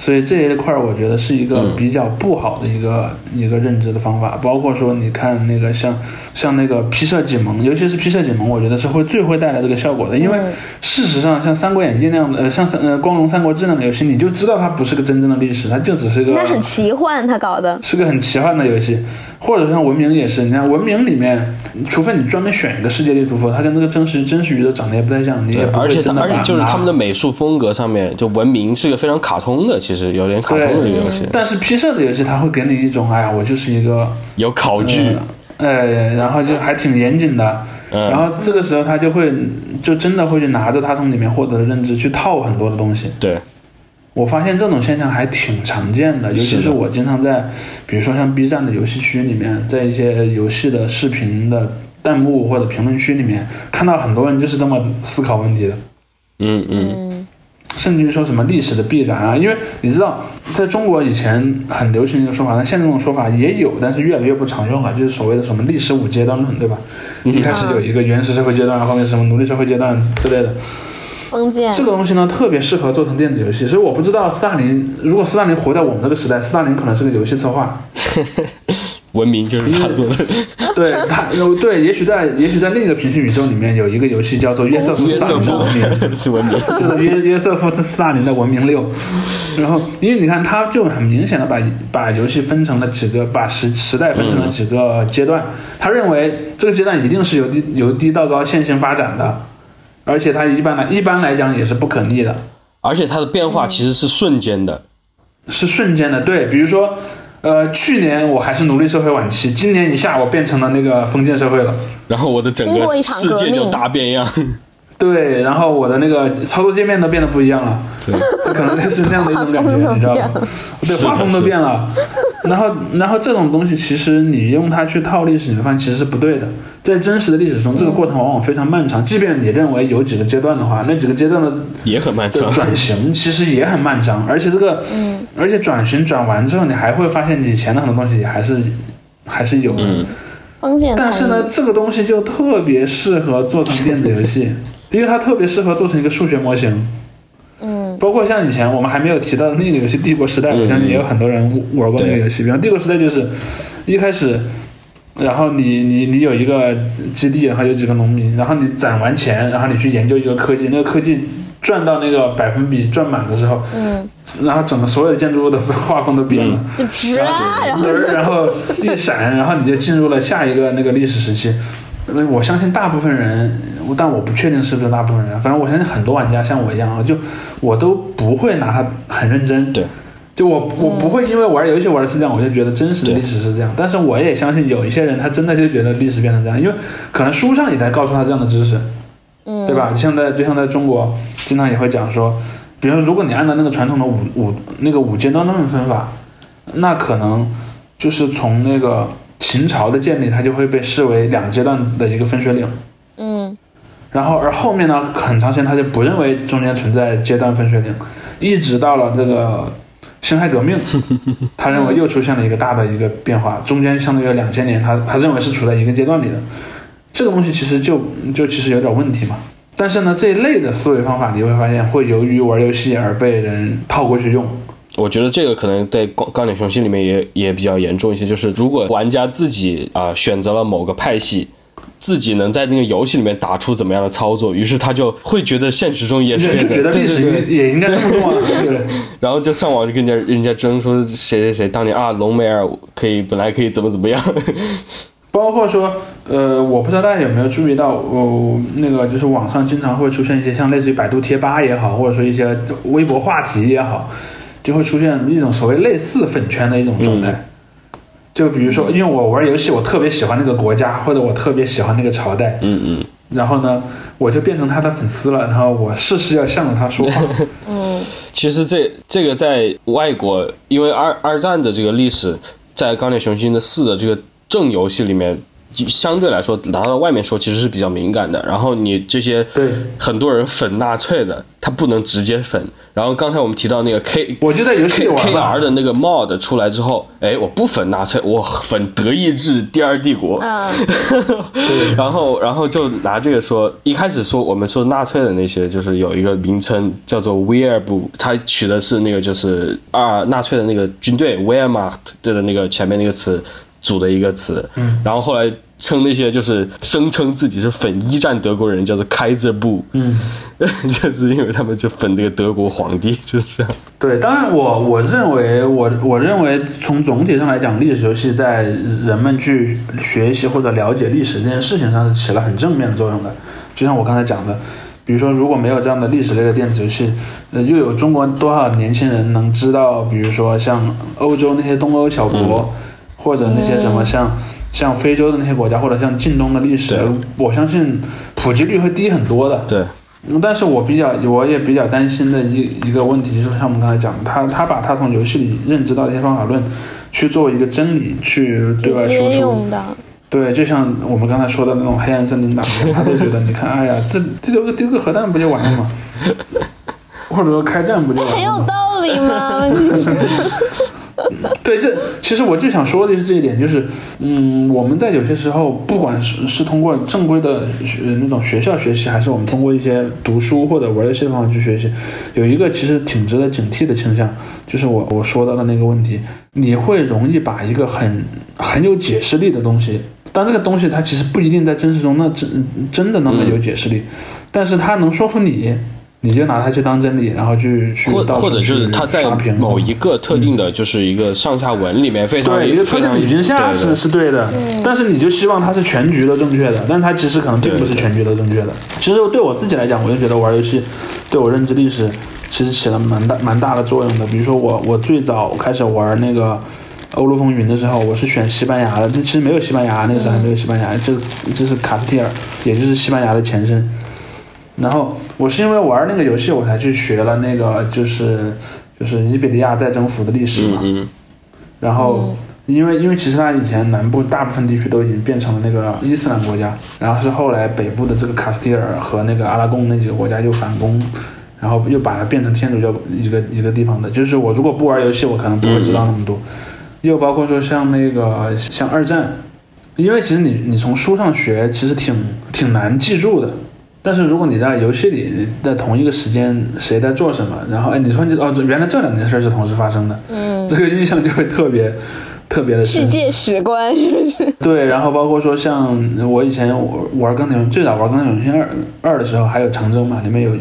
所以这一块儿，我觉得是一嗯个比较不好的一个、一个认知的方法。包括说，你看那个像像那个批射启蒙，尤其是批射启蒙，我觉得是会最会带来这个效果的。因嗯为嗯事实上，像《三国演义》那样的，呃，像三呃《光荣三国志》那样的游戏，你就知道它不是个真正的历史，它就只是个那很奇幻，他搞的。是个很奇幻的游戏，或者像文明也是，你看文明里面，除非你专门选一个世界地图它跟这个真实真实宇宙长得也不太像，你也不而会且真它的而把且就是拿他们的美术风格上面，就文明是个非常卡通的，其实有点卡通的一个游戏，但是 P 社的游戏，它会给你一种，哎呀，我就是一个有考据，呃呃，然后就还挺严谨的。嗯然后这个时候他就会就真的会去拿着他从里面获得的认知去套很多的东西。对，我发现这种现象还挺常见的，尤其是是的我经常在，比如说像 B 站的游戏区里面，在一些游戏的视频的弹幕或者评论区里面，看到很多人就是这么思考问题的。嗯嗯，甚至于说什么历史的必然啊，因为你知道，在中国以前很流行一个说法，但现在这种说法也有，但是越来越不常用了，就是所谓的什么历史五阶段论，对吧？一开始有一个原始社会阶段，后面什么奴隶社会阶段之类的。封建这个东西呢，特别适合做成电子游戏，所以我不知道斯大林，如果斯大林活在我们这个时代，斯大林可能是个游戏策划，文明就是他做的，对他，有对，也许在也许在另一个平行宇宙里面有一个游戏叫做约瑟夫约 斯大瑟林的文明。夫是 文明，就是约约瑟夫斯大林的《文明六》，然后因为你看，他就很明显的把把游戏分成了几个，把时时代分成了几个阶段。他认为这个阶段一定是由低由低到高线性发展的，而且它一般来一般来讲也是不可逆的，而且它的变化其实是瞬间的，是瞬间的。对，比如说，呃，去年我还是奴隶社会晚期，今年一下我变成了那个封建社会了。然后我的整经过个一场世界革命就大变样，对，然后我的那个操作界面都变得不一样了，对， 可能类似那样的一种感画风觉，都你知道变吧了？对，是的画风都是的变了。然后，然后这种东西其实你用它去套历史，你会发现其实是不对的。在真实的历史中，嗯这个过程往往非常漫长。即便你认为有几个阶段的话，那几个阶段的也很漫的长，转型其实也很漫长，而且这个，嗯而且转型转完之后，你还会发现你以前的很多东西也还是还是有的。嗯，封建但是统呢，一，这个东西就特别适合做成电子游戏，因为它特别适合做成一个数学模型。嗯，包括像以前我们还没有提到的另一个游戏《帝国时代》，嗯我相信也有很多人玩过那个游戏。比方《帝国时代》就是一开始，然后你你你有一个基地，然后有几个农民，然后你攒完钱，然后你去研究一个科技，那个科技赚到那个百分比赚满的时候，嗯，然后整个所有的建筑物的 画风都变了。就直啊，然后嘚儿然后一闪，然后你就进入了下一个那个历史时期。呃我相信大部分人，我但我不确定是不是大部分人啊，反正我相信很多玩家像我一样啊，就我都不会拿它很认真。对，就我我不会因为玩游戏玩的是这样，我就觉得真实的对历史是这样。但是我也相信有一些人，他真的就觉得历史变成这样，因为可能书上也在告诉他这样的知识。嗯，对吧？像在就像在中国，经常也会讲说，比如说如果你按照那个传统的五五那个五阶段论分法，那可能就是从那个秦朝的建立，它就会被视为两阶段的一个分水岭。嗯，然后而后面呢，很长时间他就不认为中间存在阶段分水岭，一直到了这个辛亥革命，他认为又出现了一个大的一个变化，中间相当于有两千年，他他认为是处在一个阶段里的，这个东西其实就就其实有点问题嘛。但是呢，这一类的思维方法，你会发现会由于玩游戏而被人套过去用。我觉得这个可能在《钢钢铁雄心》里面也也比较严重一些，就是如果玩家自己啊、选择了某个派系，自己能在那个游戏里面打出怎么样的操作，于是他就会觉得现实中也是人这就个觉得历史对对对也也应该这么做啊，对不对？然后就上网就跟人家人家争说谁谁谁当年啊隆美尔可以本来可以怎么怎么样，包括说，呃，我不知道大家有没有注意到，哦，那个就是网上经常会出现一些像类似于百度贴吧也好，或者说一些微博话题也好，就会出现一种所谓类似粉圈的一种状态。嗯就比如说，因为我玩游戏，我特别喜欢那个国家，或者我特别喜欢那个朝代，嗯嗯，然后呢，我就变成他的粉丝了，然后我事事要向着他说话。其实这这个在外国，因为二二战的这个历史，在《钢铁雄心》的四的这个正游戏里面，就相对来说拿到外面说其实是比较敏感的。然后你这些对很多人粉纳粹的，他不能直接粉。然后刚才我们提到那个 K 我就在游戏 K 里玩 K 嘛 R 的那个 mod 出来之后，哎，我不粉纳粹，我粉德意志第二帝国。嗯，然后，然后就拿这个说，一开始说我们说纳粹的那些，就是有一个名称叫做 Wehrbu，它取的是那个就是啊纳粹的那个军队 Wehrmacht 的那个前面那个词组的一个词。嗯。然后后来称那些就是声称自己是粉一战德国人叫做 Kaiserbu，嗯， 就是因为他们就粉这个德国皇帝，就是这样。对，当然我我认为我我认为从总体上来讲，历史游戏在人们去学习或者了解历史这件事情上是起了很正面的作用的。就像我刚才讲的，比如说如果没有这样的历史类的电子游戏，呃，又有中国多少年轻人能知道，比如说像欧洲那些东欧小国，或者那些什么像、像非洲的那些国家，或者像近东的历史对，我相信普及率会低很多的。对，嗯但是我比较，我也比较担心的一一个问题，就是像我们刚才讲的，他他把他从游戏里认知到的一些方法论，去做一个真理，去对外输接出。用的，对，就像我们刚才说的那种黑暗森林打工，他都觉得你看，哎呀，这这丢个丢个核弹不就完了吗？ 或者说开战不就完很了有吗？道理吗？ 问题是，对，这其实我就想说的是这一点，就是，嗯，我们在有些时候，不管是是通过正规的学呃那种学校学习，还是我们通过一些读书或者玩游戏的方法去学习，有一个其实挺值得警惕的倾向，就是我我说到的那个问题，你会容易把一个很很有解释力的东西，但这个东西它其实不一定在真实中那真真的那么嗯有解释力，但是它能说服你。你就拿它去当真理，然后去去或到处或者就是去它在刷屏某一个特定的，就是一个上下文里面非常对，一个推定非常语境下对是对是对的，但是你就希望它是全局都正确的，但它其实可能并不是全局都正确的。其实对我自己来讲，我就觉得玩游戏对我认知历史其实起了蛮大蛮大的作用的。比如说我我最早开始玩那个。欧陆风云的时候，我是选西班牙的，这其实没有西班牙，那个时候还没有西班牙，这是这是卡斯蒂尔，也就是西班牙的前身。然后我是因为玩那个游戏，我才去学了那个就是就是伊比利亚再征服的历史嘛。嗯嗯然后因为因为其实它以前南部大部分地区都已经变成了那个伊斯兰国家，然后是后来北部的这个卡斯蒂尔和那个阿拉贡那几个国家又反攻。然后又把它变成天主教一个一个地方的，就是我如果不玩游戏，我可能不会知道那么多。又包括说像那个像二战，因为其实你你从书上学其实挺挺难记住的，但是如果你在游戏里在同一个时间谁在做什么，然后哎你突然就哦原来这两件事是同时发生的，嗯，这个印象就会特别特别的世深。界史观是不是？对，然后包括说像我以前我玩钢铁勇最早玩钢铁勇士二二的时候，还有长征嘛，里面有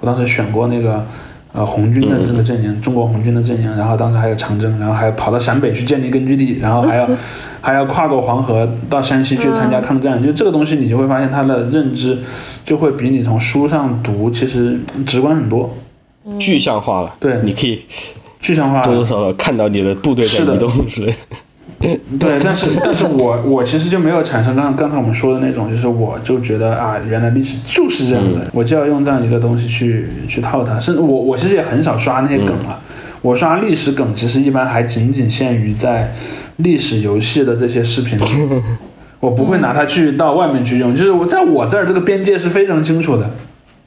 我当时选过那个呃红军的这个阵营，中国红军的阵营，然后当时还有长征，然后还跑到陕北去建立根据地，然后还要还要跨过黄河到山西去参加抗战，就这个东西你就会发现它的认知就会比你从书上读其实直观很多，嗯具象化了，对你可以具象化。多多少少看到你的部队在是的移动之类的。 对，但是但是我我其实就没有产生刚刚才我们说的那种，就是我就觉得啊，原来历史就是这样的，我就要用这样一个东西去去套它。甚至我我其实也很少刷那些梗了、我刷历史梗其实一般还仅仅限于在历史游戏的这些视频里，我不会拿它去到外面去用，就是我在我这儿这个边界是非常清楚的。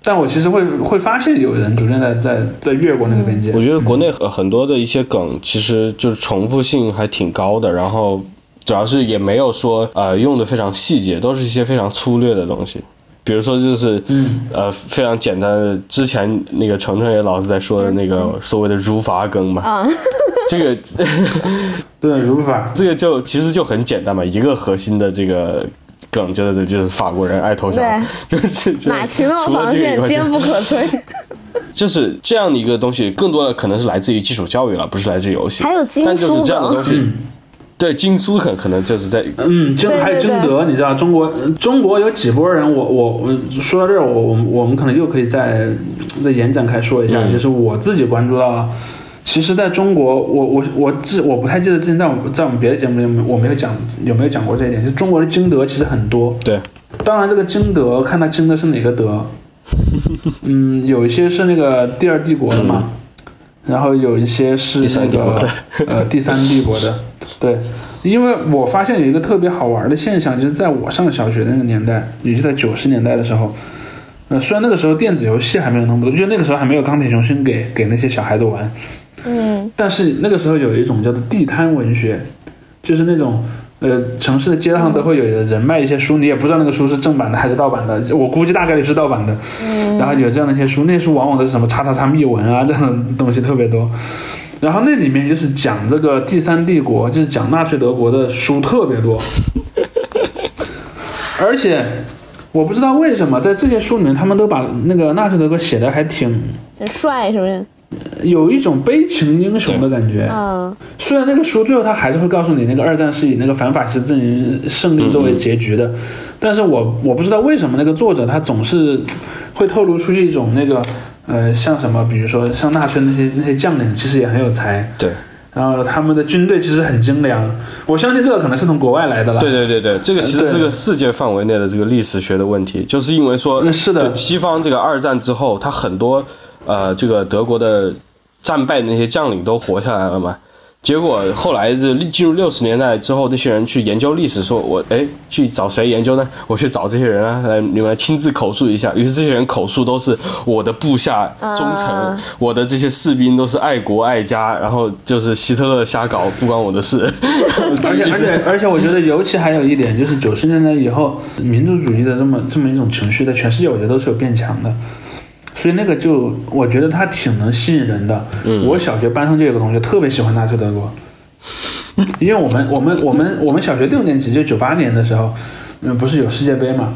但我其实会会发现有人逐渐在在在越过那个边界我，觉得国内很很多的一些梗，其实就是重复性还挺高的，然后主要是也没有说呃用的非常细节，都是一些非常粗略的东西。比如说就是，呃，非常简单的，之前那个程程也老是在说的那个所谓的儒法梗嘛，啊，这个 对，如法，这个就其实就很简单嘛，一个核心的这个梗就是就是法国人爱投降， 就是这这马奇诺除了防这个以外线就坚不可摧，就是这样的一个东西，更多的可能是来自于基础教育了，不是来自于游戏。还有经但就是书这样的梗东西，对经书很可能就是在嗯，经对还有对经对德，你知道中国中国有几波人？我我我说到这儿，我我们我们可能又可以再再延展开说一下，嗯就是我自己关注到，其实在中国，我我我记我不太记得之前在我们在我们别的节目里有没有我没有讲有没有讲过这一点，就是中国的经德其实很多，对当然，这个经德看他经的是哪个 德。嗯，有一些是那个第二帝国的嘛，然后有一些是嗯第三那帝国个的 呃第三帝国的。对，因为我发现有一个特别好玩的现象，就是在我上小学那个年代，也就在九十年代的时候，呃，虽然那个时候电子游戏还没有那么多，就那个时候还没有钢铁雄心给给那些小孩子玩， 嗯，但是那个时候有一种叫做地摊文学，就是那种呃城市的街道上都会有人卖一些书，你也不知道那个书是正版的还是盗版的，我估计大概率是盗版的。然后有这样的一些书，那些书往往都是什么叉叉叉密文啊这样的东西特别多。然后那里面就是讲这个第三帝国，就是讲纳粹德国的书特别多，而且我不知道为什么在这些书里面，他们都把那个纳粹德国写的还挺很帅是不是？有一种悲情英雄的感觉。嗯，虽然那个书最后他还是会告诉你，那个二战是以那个反法西斯阵营胜利作为结局的，但是我我不知道为什么那个作者他总是嘖会透露出一种那个呃像什么，比如说像纳粹那些那些将领其实也很有才，对，然后他们的军队其实很精良，我相信这个可能是从国外来的了。对对对对，这个其实对是个世界范围内的这个历史学的问题，就是因为说，嗯是的对西方这个二战之后，他很多呃这个德国的战败的那些将领都活下来了嘛。结果后来是进入六十年代之后，这些人去研究历史，说我哎去找谁研究呢？我去找这些人啊，来你们来亲自口述一下。于是这些人口述都是我的部下忠诚，啊我的这些士兵都是爱国爱家，然后就是希特勒瞎搞，不关我的事。而且而且而且，我觉得尤其还有一点，就是九十年代以后，民族主义的这么这么一种情绪，在全世界我觉得都是有变强的。所以那个就我觉得它挺能吸引人的。我小学班上就有个同学特别喜欢纳粹德国，因为我们我们我们我们小学六年级就九八年的时候，嗯，不是有世界杯嘛。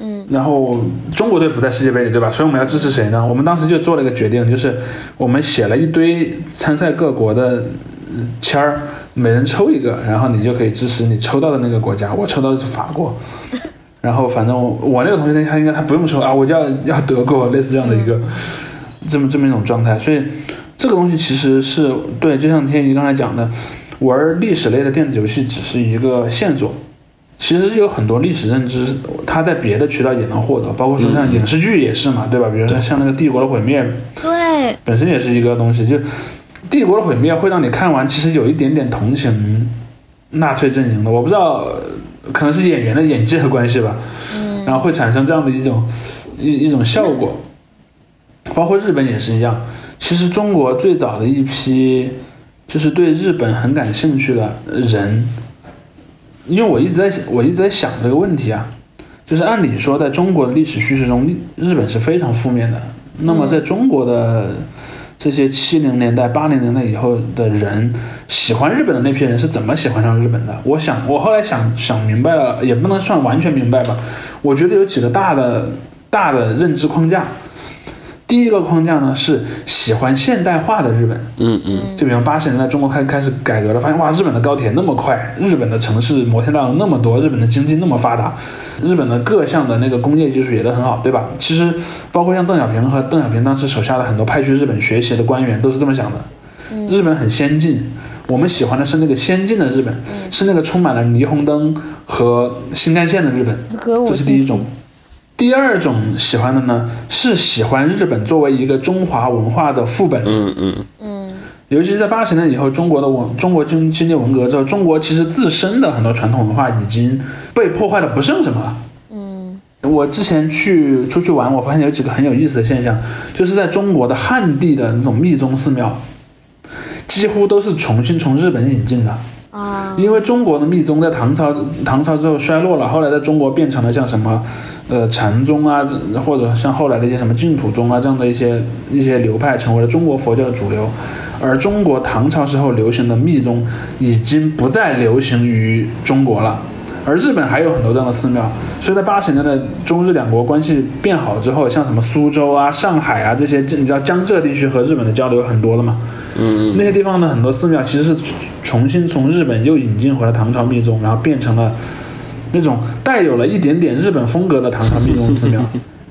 嗯，然后中国队不在世界杯里，对吧？所以我们要支持谁呢？我们当时就做了一个决定，就是我们写了一堆参赛各国的嗯签儿，每人抽一个，然后你就可以支持你抽到的那个国家。我抽到的是法国，然后反正我我那个同学他应该他不用抽啊，我就要要德国，类似这样的一个、这么这么一种状态。所以这个东西其实是对，就像天一刚才讲的，玩历史类的电子游戏只是一个线索。其实有很多历史认知，它在别的渠道也能获得，包括说像影视剧也是嘛，对吧？比如说像那个《帝国的毁灭》，嗯对，本身也是一个东西，就帝国的毁灭会让你看完，其实有一点点同情纳粹阵营的。我不知道，呃可能是演员的演技的关系吧，然后会产生这样的一种一一种效果。包括日本也是一样，其实中国最早的一批就是对日本很感兴趣的人，因为我一直在我一直在想这个问题啊，就是按理说在中国的历史叙事中，日日本是非常负面的。那么在中国的这些七零年代、八零年代以后的人，喜欢日本的那批人是怎么喜欢上日本的？我想，我后来想想明白了，也不能算完全明白吧。我觉得有几个大的大的认知框架。第一个框架呢是喜欢现代化的日本， 嗯嗯。就比方八十年代中国开开始改革了，发现哇，日本的高铁那么快，日本的城市摩天大楼那么多，日本的经济那么发达，日本的各项的那个工业技术也都很好，对吧？其实包括像邓小平和邓小平当时手下的很多派去日本学习的官员都是这么想的，日本很先进。我们喜欢的是那个先进的日本，是那个充满了霓虹灯和新干线的日本。歌舞这是第一种。第二种喜欢的呢，是喜欢日本作为一个中华文化的副本，嗯嗯尤其是在八十年以后，中国的文中国经经济文革之后，中国其实自身的很多传统文化已经被破坏的不剩什么了。嗯，我之前去出去玩，我发现有几个很有意思的现象，就是在中国的汉地的那种密宗寺庙，几乎都是重新从日本引进的。啊，因为中国的密宗在唐朝唐朝之后衰落了，后来在中国变成了像什么，呃禅宗啊，这或者像后来的一些什么净土宗啊这样的一些一些流派，成为了中国佛教的主流。而中国唐朝时候流行的密宗已经不再流行于中国了。而日本还有很多这样的寺庙，所以在八十年代中日两国关系变好之后，像什么苏州啊、上海啊这些，你知道江浙地区和日本的交流很多了嘛？那些地方的很多寺庙其实是重新从日本又引进回了唐朝密宗，然后变成了那种带有了一点点日本风格的唐朝密宗寺庙，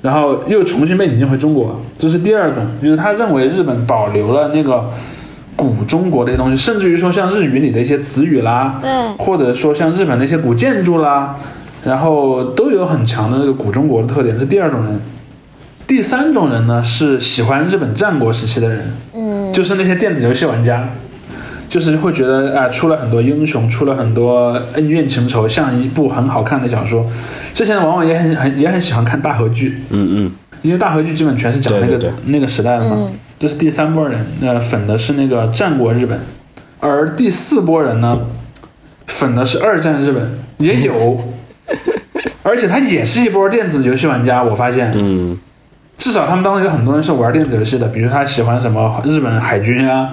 然后又重新被引进回中国。这是第二种，就是他认为日本保留了那个古中国的一些东西，甚至于说像日语里的一些词语啦，对，或者说像日本的一些古建筑啦，然后都有很强的那个古中国的特点。这是第二种人。第三种人呢，是喜欢日本战国时期的人，嗯，就是那些电子游戏玩家，就是会觉得啊、出了很多英雄，出了很多恩怨情仇，像一部很好看的小说。这些人往往也很很也很喜欢看大合剧，嗯因为大合剧基本全是讲那个对对对那个时代的嘛。这是第三波人，呃，粉的是那个战国日本，而第四波人呢，粉的是二战日本，也 有，而且他也是一波电子游戏玩家。我发现，嗯至少他们当中有很多人是玩电子游戏的，比如他喜欢什么日本海军啊，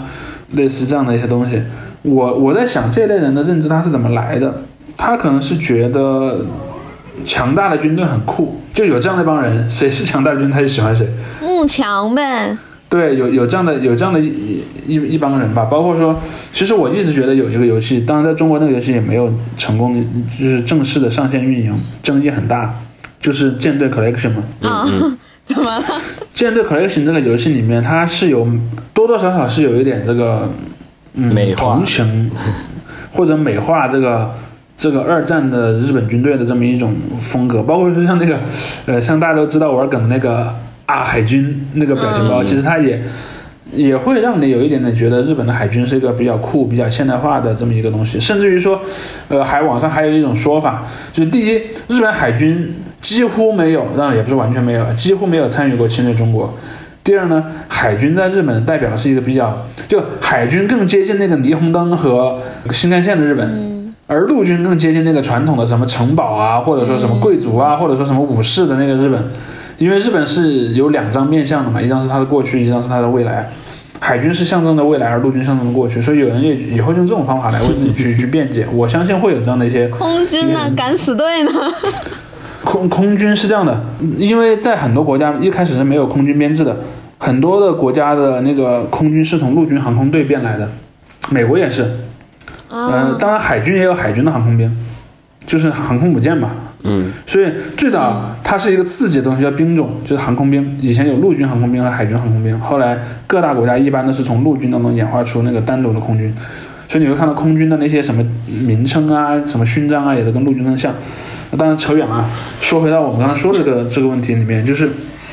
类似这样的一些东西。我我在想这类人的认知他是怎么来的？他可能是觉得强大的军队很酷，就有这样的一帮人， 谁是强大的军队他就喜欢谁。慕强呗，对，有有这样的有这样的一一一帮人吧，包括说，其实我一直觉得有一个游戏，当然在中国那个游戏也没有成功，就是正式的上线运营，争议很大，就是《舰队 Collection》嘛。啊， 怎么了？ 《舰队 Collection》这个游戏里面，它是有多多少少是有一点这个嗯美化 同情或者美化这个这个二战的日本军队的这么一种风格，包括说像那个 呃，像大家都知道玩梗的那个啊海军那个表情嗯包，其实它也。也会让你有一点点觉得日本的海军是一个比较酷、比较现代化的这么一个东西，甚至于说，呃，还网上还有一种说法，就是第一，日本海军几乎没有，当然也不是完全没有，几乎没有参与过侵略中国。第二呢，海军在日本代表的是一个比较，就海军更接近那个霓虹灯和新干线的日本，而陆军更接近那个传统的什么城堡啊，或者说什么贵族啊，或者说什么武士的那个日本。因为日本是有两张面相的嘛，一张是它的过去，一张是它的未来。海军是象征着未来，而陆军象征着过去，所以有人也也会用这种方法来为自己去去辩解。我相信会有这样的一些空军呢？敢死队呢？空 空军是这样的，因为在很多国家一开始是没有空军编制的，很多的国家的那个空军是从陆军航空队变来的，美国也是，嗯、啊，当然海军也有海军的航空兵，就是航空母舰嘛。嗯，所以最早它是一个刺激的东西，叫兵种，就是航空兵。以前有陆军航空兵和海军航空兵，后来各大国家一般都是从陆军当中演化出那个单独的空军。所以你会看到空军的那些什么名称啊、什么勋章啊，也都跟陆军更像。那当然扯远了啊，说回到我们刚才说的这个这个问题里面，就是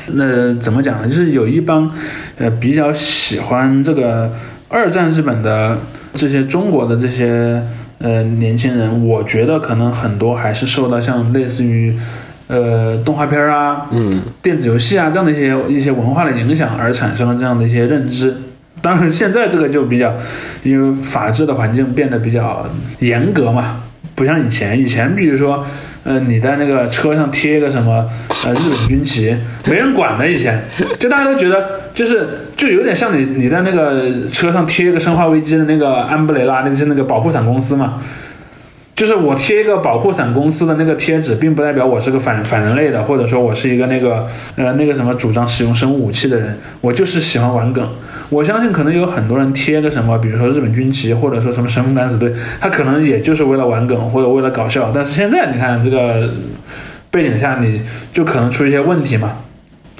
那、呃怎么讲呢？就是有一帮呃比较喜欢这个二战日本的这些中国的这些呃年轻人，我觉得可能很多还是受到像类似于呃动画片儿啊、嗯，电子游戏啊这样的一些一些文化的影响而产生了这样的一些认知。当然，现在这个就比较，因为法治的环境变得比较严格嘛，不像以前。以前比如说，呃，你在那个车上贴一个什么呃日本军旗，没人管的。以前就大家都觉得，就是就有点像你你在那个车上贴一个《生化危机》的那个安布雷拉，那是那个保护伞公司嘛。就是我贴一个保护伞公司的那个贴纸，并不代表我是个反反人类的，或者说我是一个那个呃那个什么主张使用生物武器的人，我就是喜欢玩梗。我相信可能有很多人贴个什么，比如说日本军旗，或者说什么神风敢死队，他可能也就是为了玩梗或者为了搞笑。但是现在你看这个背景下，你就可能出一些问题嘛。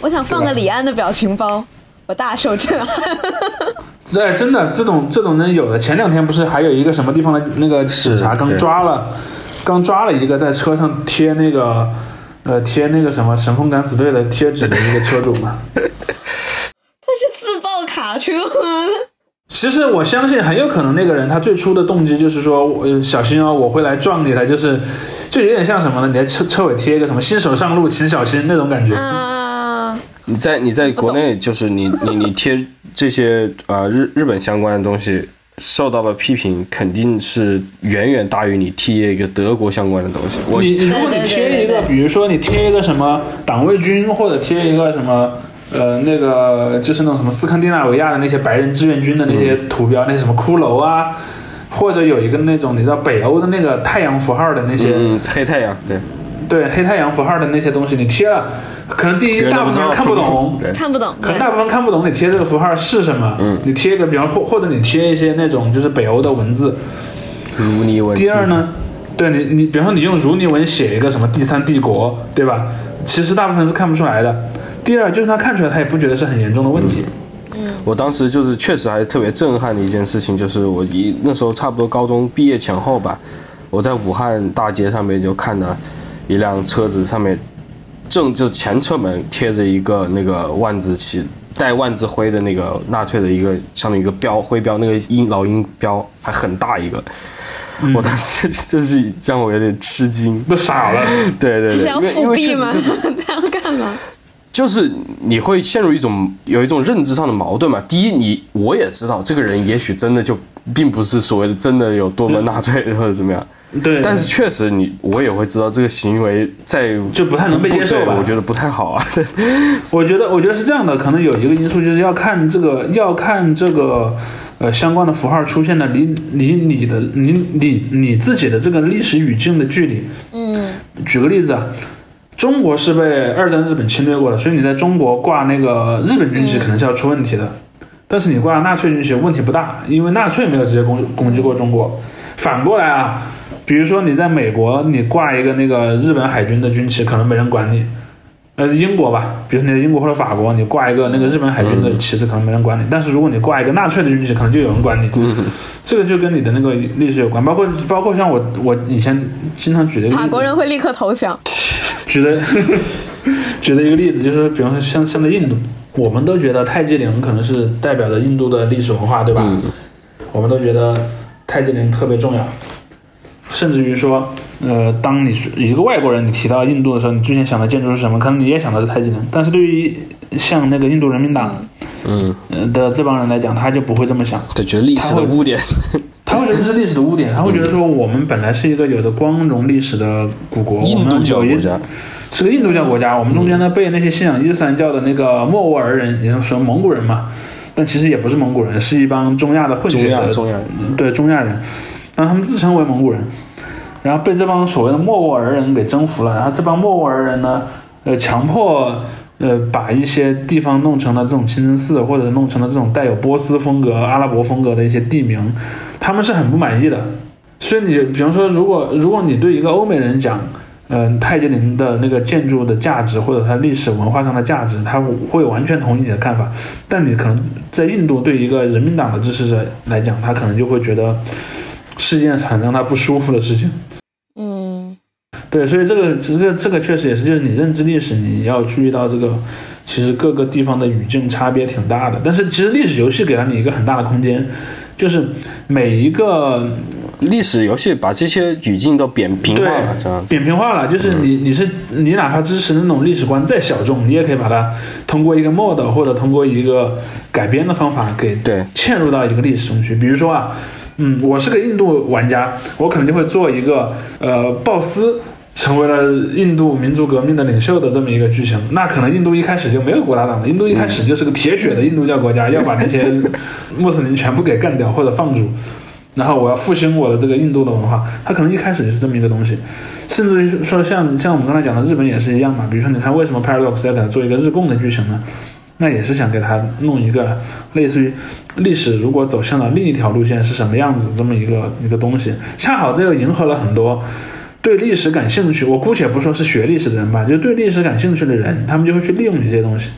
我想放对个吧李安的表情包，我大受震撼。这真的这种这种人有的。前两天不是还有一个什么地方的那个警察是刚对抓了，刚抓了一个在车上贴那个呃贴那个什么神风敢死队的贴纸的一个车主嘛。他是 自爆卡车，其实我相信，很有可能那个人他最初的动机就是说，我呃小心哦，我会来撞你的，就是就有点像什么呢？你在车车尾贴一个什么新手上路请小心那种感觉。啊，你在你在国内就是你你你贴这些啊、呃日日本相关的东西。受到了批评，肯定是远远大于你贴一个德国相关的东西。我你你如果你对对贴对一个对，对比如说你贴一个什么党卫军，或者贴一个什么呃那个就是那种什么斯堪的纳维亚的那些白人志愿军的那些嗯图标，那些什么骷髅啊，或者有一个那种你知道北欧的那个太阳符号的那些、嗯，黑太阳对，对黑太阳符号的那些东西，你贴了，可能第一别人大都部不知分道人看不懂。对，看不懂。可能对大部分看不懂你贴这个符号是什么，嗯你贴一个，比方或或者你贴一些那种就是北欧的文字，如你文。第二呢，对你你，比方说你用如尼文写一个什么第三帝国，对吧？其实大部分是看不出来的。第二就是他看出来，他也不觉得是很严重的问题。嗯我当时就是确实还是特别震撼的一件事情，就是我一那时候差不多高中毕业前后吧，我在武汉大街上面就看到一辆车子上面正就前车门贴着一个那个万字旗。带万字徽的那个纳粹的一个上面一个标徽标，那个鹰老鹰标还很大一个，嗯我当时就是让我有点吃惊。都傻了，对对是对，要因为因复为辟确实吗？就是 他要干嘛？就是你会陷入一种有一种认知上的矛盾嘛。第一，你我也知道这个人也许真的就并不是所谓的真的有多么纳粹或者怎么样，对，但是确实你我也会知道这个行为在就不太能被接受对吧我觉得不太好啊。 对我觉得，我觉得是这样的，可能有一个因素就是要看这个，要看这个，呃，相关的符号出现的离离你的你你你自己的这个历史语境的距离。嗯，举个例子啊，中国是被二战日本侵略过的，所以你在中国挂那个日本军旗可能是要出问题的，但是你挂纳粹军旗问题不大，因为纳粹没有直接攻攻击过中国。反过来啊，比如说你在美国，你挂一个那个日本海军的军旗，可能没人管你。呃，英国吧，比如你在英国或者法国，你挂一个那个日本海军的旗子，可能没人管你；但是如果你挂一个纳粹的军旗，可能就有人管你。这个就跟你的那个历史有关，包括包括像我我以前经常举的一个例法子国人会立刻投降。举的 举的一个例子就是，比方说像像在印度，我们都觉得泰姬陵可能是代表着印度的历史文化，对吧？嗯我们都觉得泰姬陵特别重要，甚至于说，呃，当你是一个外国人你提到印度的时候，你最先想的建筑是什么？可能你也想的是泰姬陵，但是对于像那个印度人民党嗯，呃的这帮人来讲，他就不会这么想。对，觉得历史的污点，他会觉得这是历史的污点，他会觉得说我们本来是一个有着光荣历史的古国，我印们度教有一国家，是个印度教国家，我们中间呢被那些信仰伊斯兰教的那个莫卧儿人，也就是说蒙古人嘛，但其实也不是蒙古人，是一帮中亚的混中血亚的，中亚，对中亚人，然后他们自称为蒙古人，然后被这帮所谓的莫卧儿人给征服了，然后这帮莫卧儿人呢，呃，强迫呃把一些地方弄成了这种清真寺，或者弄成了这种带有波斯风格、阿拉伯风格的一些地名，他们是很不满意的。所以你比方说，如果如果你对一个欧美人讲，嗯、泰姬陵的那个建筑的价值或者它历史文化上的价值，他会完全同意你的看法。但你可能在印度对一个人民党的支持者来讲，他可能就会觉得是一件很让他不舒服的事情。嗯，对，所以这个这个这个确实也是，就是你认知历史，你要注意到这个，其实各个地方的语境差别挺大的。但是其实历史游戏给了你一个很大的空间，就是每一个历史游戏把这些语境都扁平化了，对这样，扁平化了，就是你嗯你是你哪怕支持那种历史观再小众，你也可以把它通过一个 mod 或者通过一个改编的方法给对，嵌入到一个历史中去。比如说啊，嗯，我是个印度玩家，我可能就会做一个呃鲍斯。成为了印度民族革命的领袖的这么一个剧情，那可能印度一开始就没有国大党了，印度一开始就是个铁血的印度教国家，要把那些 穆斯林全部给干掉或者放逐，然后我要复兴我的这个印度的文化，它可能一开始就是这么一个东西，甚至于说像像我们刚才讲的日本也是一样嘛，比如说你看为什么 Paradox 在给它做一个日共的剧情呢？那也是想给它弄一个类似于历史如果走向了另一条路线是什么样子这么一个一个东西，恰好这又迎合了很多对历史感兴趣，我姑且不说是学历史的人吧，就对历史感兴趣的人，他们就会去利用你这些东西。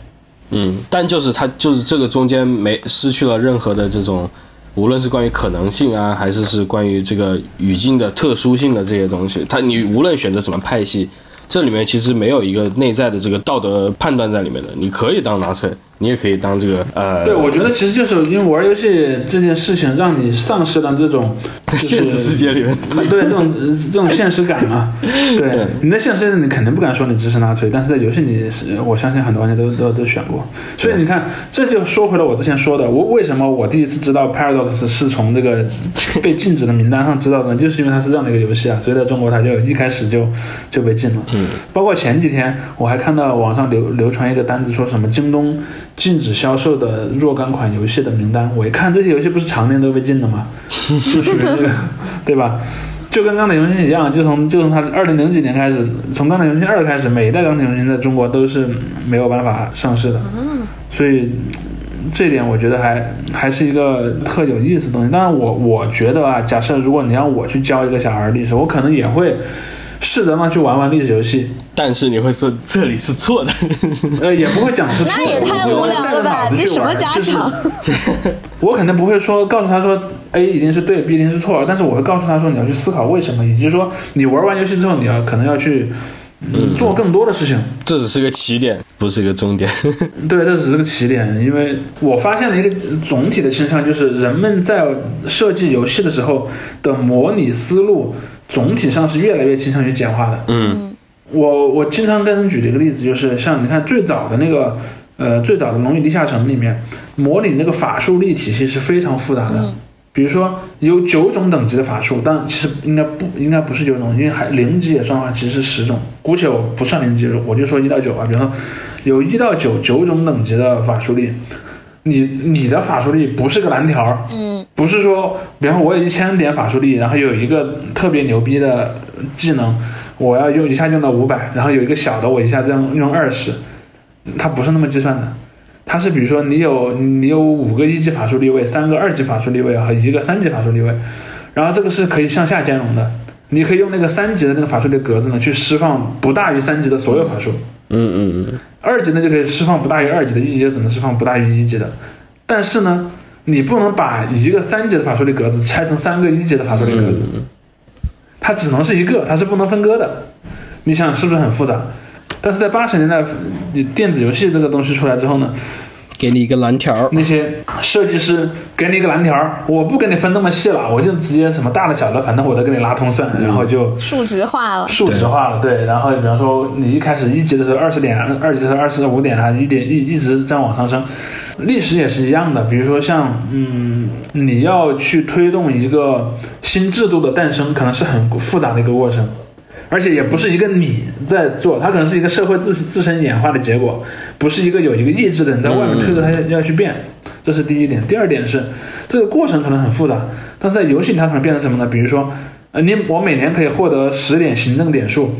嗯，但就是它就是这个中间没失去了任何的这种，无论是关于可能性啊，还是是关于这个语境的特殊性的这些东西，它你无论选择什么派系，这里面其实没有一个内在的这个道德判断在里面的。你可以当纳粹，你也可以当这个呃，对，我觉得其实就是因为玩游戏这件事情，让你丧失了这种、就 是、现实世界里面， 对这种呃这种现实感 嘛，对你在现实世界你肯定不敢说你支持纳粹，但是在游戏里是，我相信很多玩家都都都选过。所以你看，这就说回了我之前说的，我为什么我第一次知道 Paradox 是从这 个被禁止的名单上知道的呢，就是因为它是这样的一个游戏啊，所以在中国它就一开始就就被禁了。嗯，包括前几天我还看到网上流流传一个单子，说什么京东禁止销售的若干款游戏的名单，我一看这些游戏不是常年都被禁的 吗？就属于那个，对吧？就跟钢铁雄心一样，就从就从它二零零几年开始，从钢铁雄心二开始，每一代钢铁雄心在中国都是没有办法上市的，所以嗯这一点我觉得还还是一个特有意思的东西。当然我，我觉得啊，假设如果你让我去教一个小孩历史，我可能也会试着让他去玩玩历史游戏，但是你会说这里是错的，呃，也不会讲是错那的，也太无我会聊带着了吧脑！子这去什么玩家就是 长？我肯定不会说告诉他说 A 一定是对，B 一定是错，但是我会告诉他说你要去思考为什么，以及说你玩完游戏之后你要可能要去、嗯、做更多的事情。这只是个起点，不是一个终点。对，这只是个起点，因为我发现了一个总体的倾向，就是人们在设计游戏的时候的模拟思路总体上是越来越倾向于简化的。嗯我我经常跟人举的一个例子就是，像你看最早的那个，呃，最早的《龙与地下城》里面，模拟那个法术力体系是非常复杂的。比如说有九种等级的法术，但其实应该不应该不是九种，因为还零级也算的话，其实是十种。姑且我不算零级，我就说一到九吧。比如说有一到九九种等级的法术力，你你的法术力不是个蓝条儿，嗯，不是说，比方说我有一千点法术力，然后有一个特别牛逼的技能，我要用一下用到五百，然后有一个小的我一下这样用二十，它不是那么计算的，它是比如说你有你有五个一级法术力位，三个二级法术力位和一个三级法术力位，然后这个是可以向下兼容的，你可以用那个三级的那个法术力格子呢去释放不大于三级的所有法术，嗯嗯二级呢就可以释放不大于二级的，一级就只能释放不大于一级的。但是呢，你不能把一个三级的法术力格子拆成三个一级的法术力格子，它只能是一个，它是不能分割的。你想是不是很复杂？但是在八十年代，你电子游戏这个东西出来之后呢，给你一个蓝条嗯儿，那些设计师给你一个蓝条儿，我不跟你分那么细了，我就直接什么大的小的，反正我都给你拉通算了，然后就数值化了，数值化了，对。然后比方说你一开始一级的时候二十点，二级的时候二十五点啊，一点一一直这样往上升。历史也是一样的，比如说像嗯，你要去推动一个新制度的诞生，可能是很复杂的一个过程。而且也不是一个你在做，它可能是一个社会自自身演化的结果，不是一个有一个意志的人在外面推着它要去变，这是第一点。第二点是这个过程可能很复杂，但是在游戏里它可能变成什么呢？比如说，呃，你我每年可以获得十点行政点数，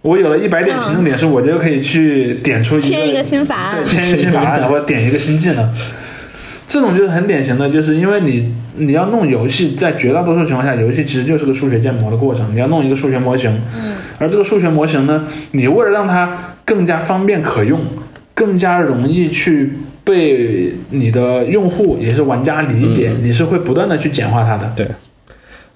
我有了一百点行政点数，我就可以去点出嗯一签一个个新法案对，，签一个新法案，或者点一个新技能。这种就是很典型的，就是因为你你要弄游戏，在绝大多数情况下，游戏其实就是个数学建模的过程。你要弄一个数学模型，而这个数学模型呢，你为了让它更加方便可用，更加容易去被你的用户也是玩家理解，你是会不断的去简化它的。对，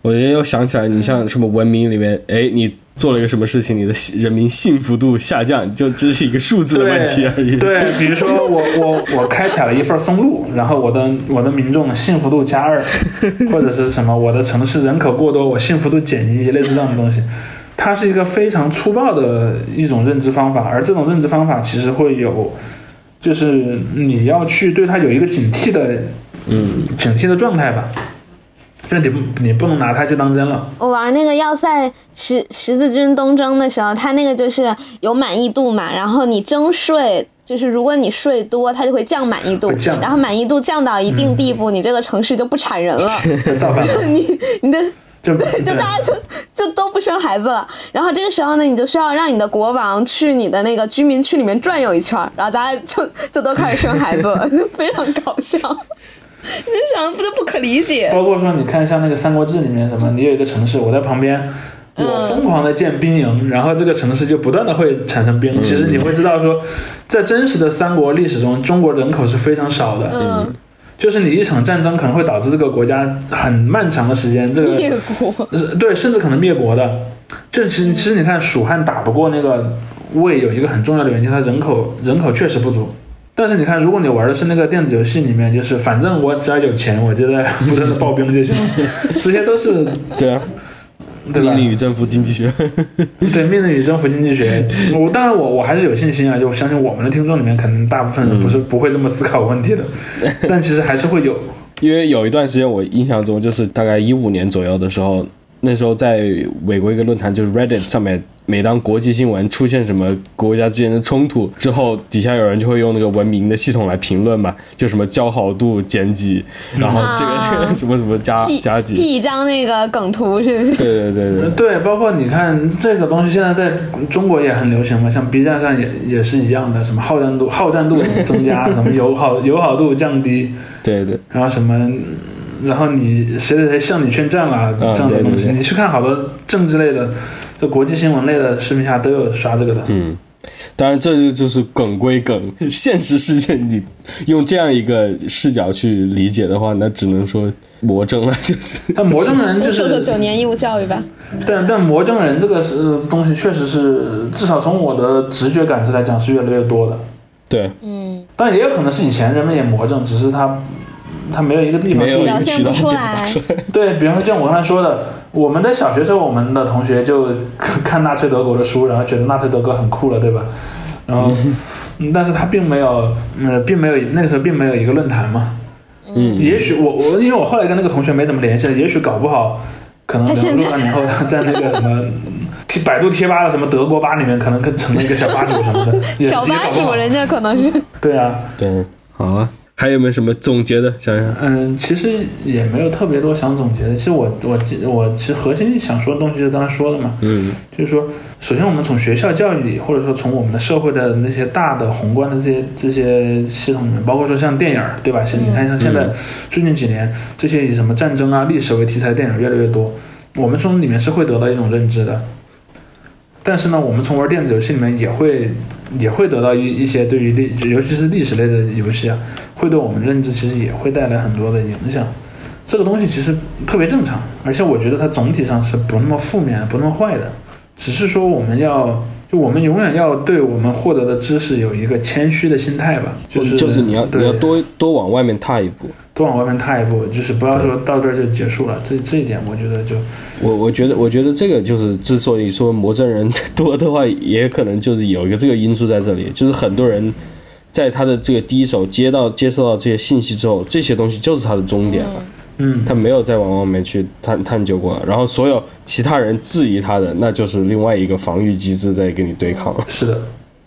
我也又想起来，你像什么文明里面，哎，你做了一个什么事情，你的幸人民幸福度下降，就只是一个数字的问题而已。对，比如说我我我开采了一份松露，然后我的我的民众幸福度加 二，或者是什么我的城市人口过多，我幸福度减一，类似这样的东西。它是一个非常粗暴的一种认知方法，而这种认知方法其实会有，就是你要去对它有一个警惕的，嗯，警惕的状态吧。就你不你不能拿它去当真了。我玩那个要塞十十字军东征的时候，它那个就是有满意度嘛，然后你征税，就是如果你税多，它就会降满意度会降，然后满意度降到一定地步，你这个城市就不产人 了，造反了，你你的就就对大家就就都不生孩子了。然后这个时候呢，你就需要让你的国王去你的那个居民区里面转悠一圈儿，然后大家就就都开始生孩子了，就非常搞笑。 你就想，不就不可理解？包括说，你看像那个《三国志》里面什么，你有一个城市，我在旁边，我疯狂的建兵营，然后这个城市就不断的会产生兵。其实你会知道说，在真实的三国历史中，中国人口是非常少的，嗯，就是你一场战争可能会导致这个国家很漫长的时间，这个灭国，是呃对，甚至可能灭国的。这其实其实你看，蜀汉打不过那个魏，有一个很重要的原因，它人口人口确实不足。但是你看，如果你玩的是那个电子游戏里面，就是反正我只要有钱，我就在 不断的暴兵就行，这些都是嗯对啊，对吧命？令与征服经济学。对，命令与征服经济学。我当然我我还是有信心啊，就相信我们的听众里面，可能大部分人不嗯是、不会这么思考问题 的，但其实还是会有。因为有一段时间，我印象中就是大概一五年左右的时候，那时候在美国一个论坛，就是 Reddit 上面，每当国际新闻出现什么国家之间的冲突之后，底下有人就会用那个文明的系统来评论嘛，就什么交好度减几，然后这个啊这个什么什么加 P 加 P 几，一张那个梗图是不是？对对对对，啊呃对，包括你看这个东西，现在在中国也很流行嘛，像 B 站上也也是一样的，什么好战度、好 战度增加，什么友好友好度降低，对对，然后什么，然后你谁谁谁向你宣战了、嗯这样的东西，对对对你去看好多政治类的、这国际新闻类的视频下都有刷这个的。嗯。当然，这就就是梗归梗， 现实世界你用这样一个视角去理解的话，那只能说魔怔了，就是但魔怔人就说说是九年义务教育吧。但但魔怔人这个是东西，确实是至少从我的直觉感知来讲是越来越多的，对，嗯，但也有可能是以前人们也魔怔，只是他他没有一个地方没有一表个现渠道不出表来达出来。对，比方说像我刚才说的，我们在小学时候，我们的同学就看纳粹德国的书，然后觉得纳粹德国很酷了，对吧？然后，嗯但是他并没有，嗯，并没有那个时候并没有一个论坛嘛。嗯也许我我因为我后来跟那个同学没怎么联系了，也许搞不好，可能他两现若在干年后在那个什么贴百度贴吧的什么德国吧里面，可能跟成了一个小吧主什么的，也也 小搞不吧主好。人家可能是对啊，对，好啊，还有没有什么总结的？想想，嗯，其实也没有特别多想总结的。其实我我我其实核心想说的东西就刚才说了嘛，嗯就是说，首先我们从学校教育里，或者说从我们的社会的那些大的宏观的这些这些系统里面，包括说像电影儿，对吧？现你看像现在最近几年，这些以什么战争啊、历史为题材的电影儿越来越多，我们从里面是会得到一种认知的。但是呢，我们从玩电子游戏里面也会也会得到一一些对于历，尤其是历史类的游戏啊，会对我们认知其实也会带来很多的影响。这个东西其实特别正常，而且我觉得它总体上是不那么负面、不那么坏的，只是说我们要。就我们永远要对我们获得的知识有一个谦虚的心态吧，就是就是你要对你要多多往外面踏一步。多往外面踏一步，就是不要说到这儿就结束了。这这一点，我觉得就我我觉得我觉得这个就是之所以说魔怔人多的话，也可能就是有一个这个因素在这里，就是很多人在他的这个第一手接到接受到这些信息之后，这些东西就是他的终点了。嗯，他没有再往外面去探探究过了，然后所有其他人质疑他的，那就是另外一个防御机制在跟你对抗了。是的，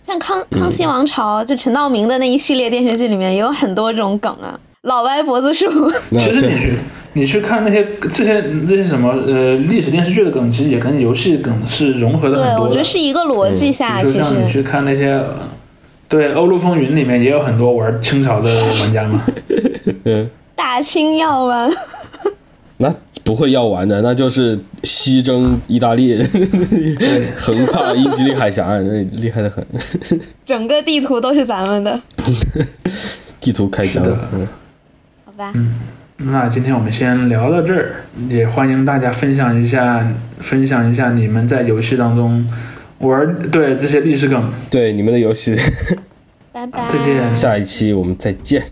像康嗯康熙王朝就陈道明的那一系列电视剧里面也有很多这种梗啊，老歪脖 子树。那其实你对去你去看那些这些这些什么呃历史电视剧的梗，其实也跟游戏梗是融合的对很，多我的。觉得是一个逻辑下，比如其说像你实去看那些，呃对《欧陆风云》里面也有很多玩清朝的玩家 嘛。大清要丸， 那不会要完的，那就是西征意大利， 横跨英吉利海峡，那厉害的很， 整个地图都是咱们的，地图开疆是的。嗯好吧？嗯那今天我们先聊到这儿，也欢迎大家分享一下，分享一下你们在游戏当中玩对这些历史梗。对你们的游戏， 拜拜。再见下一期我们再见。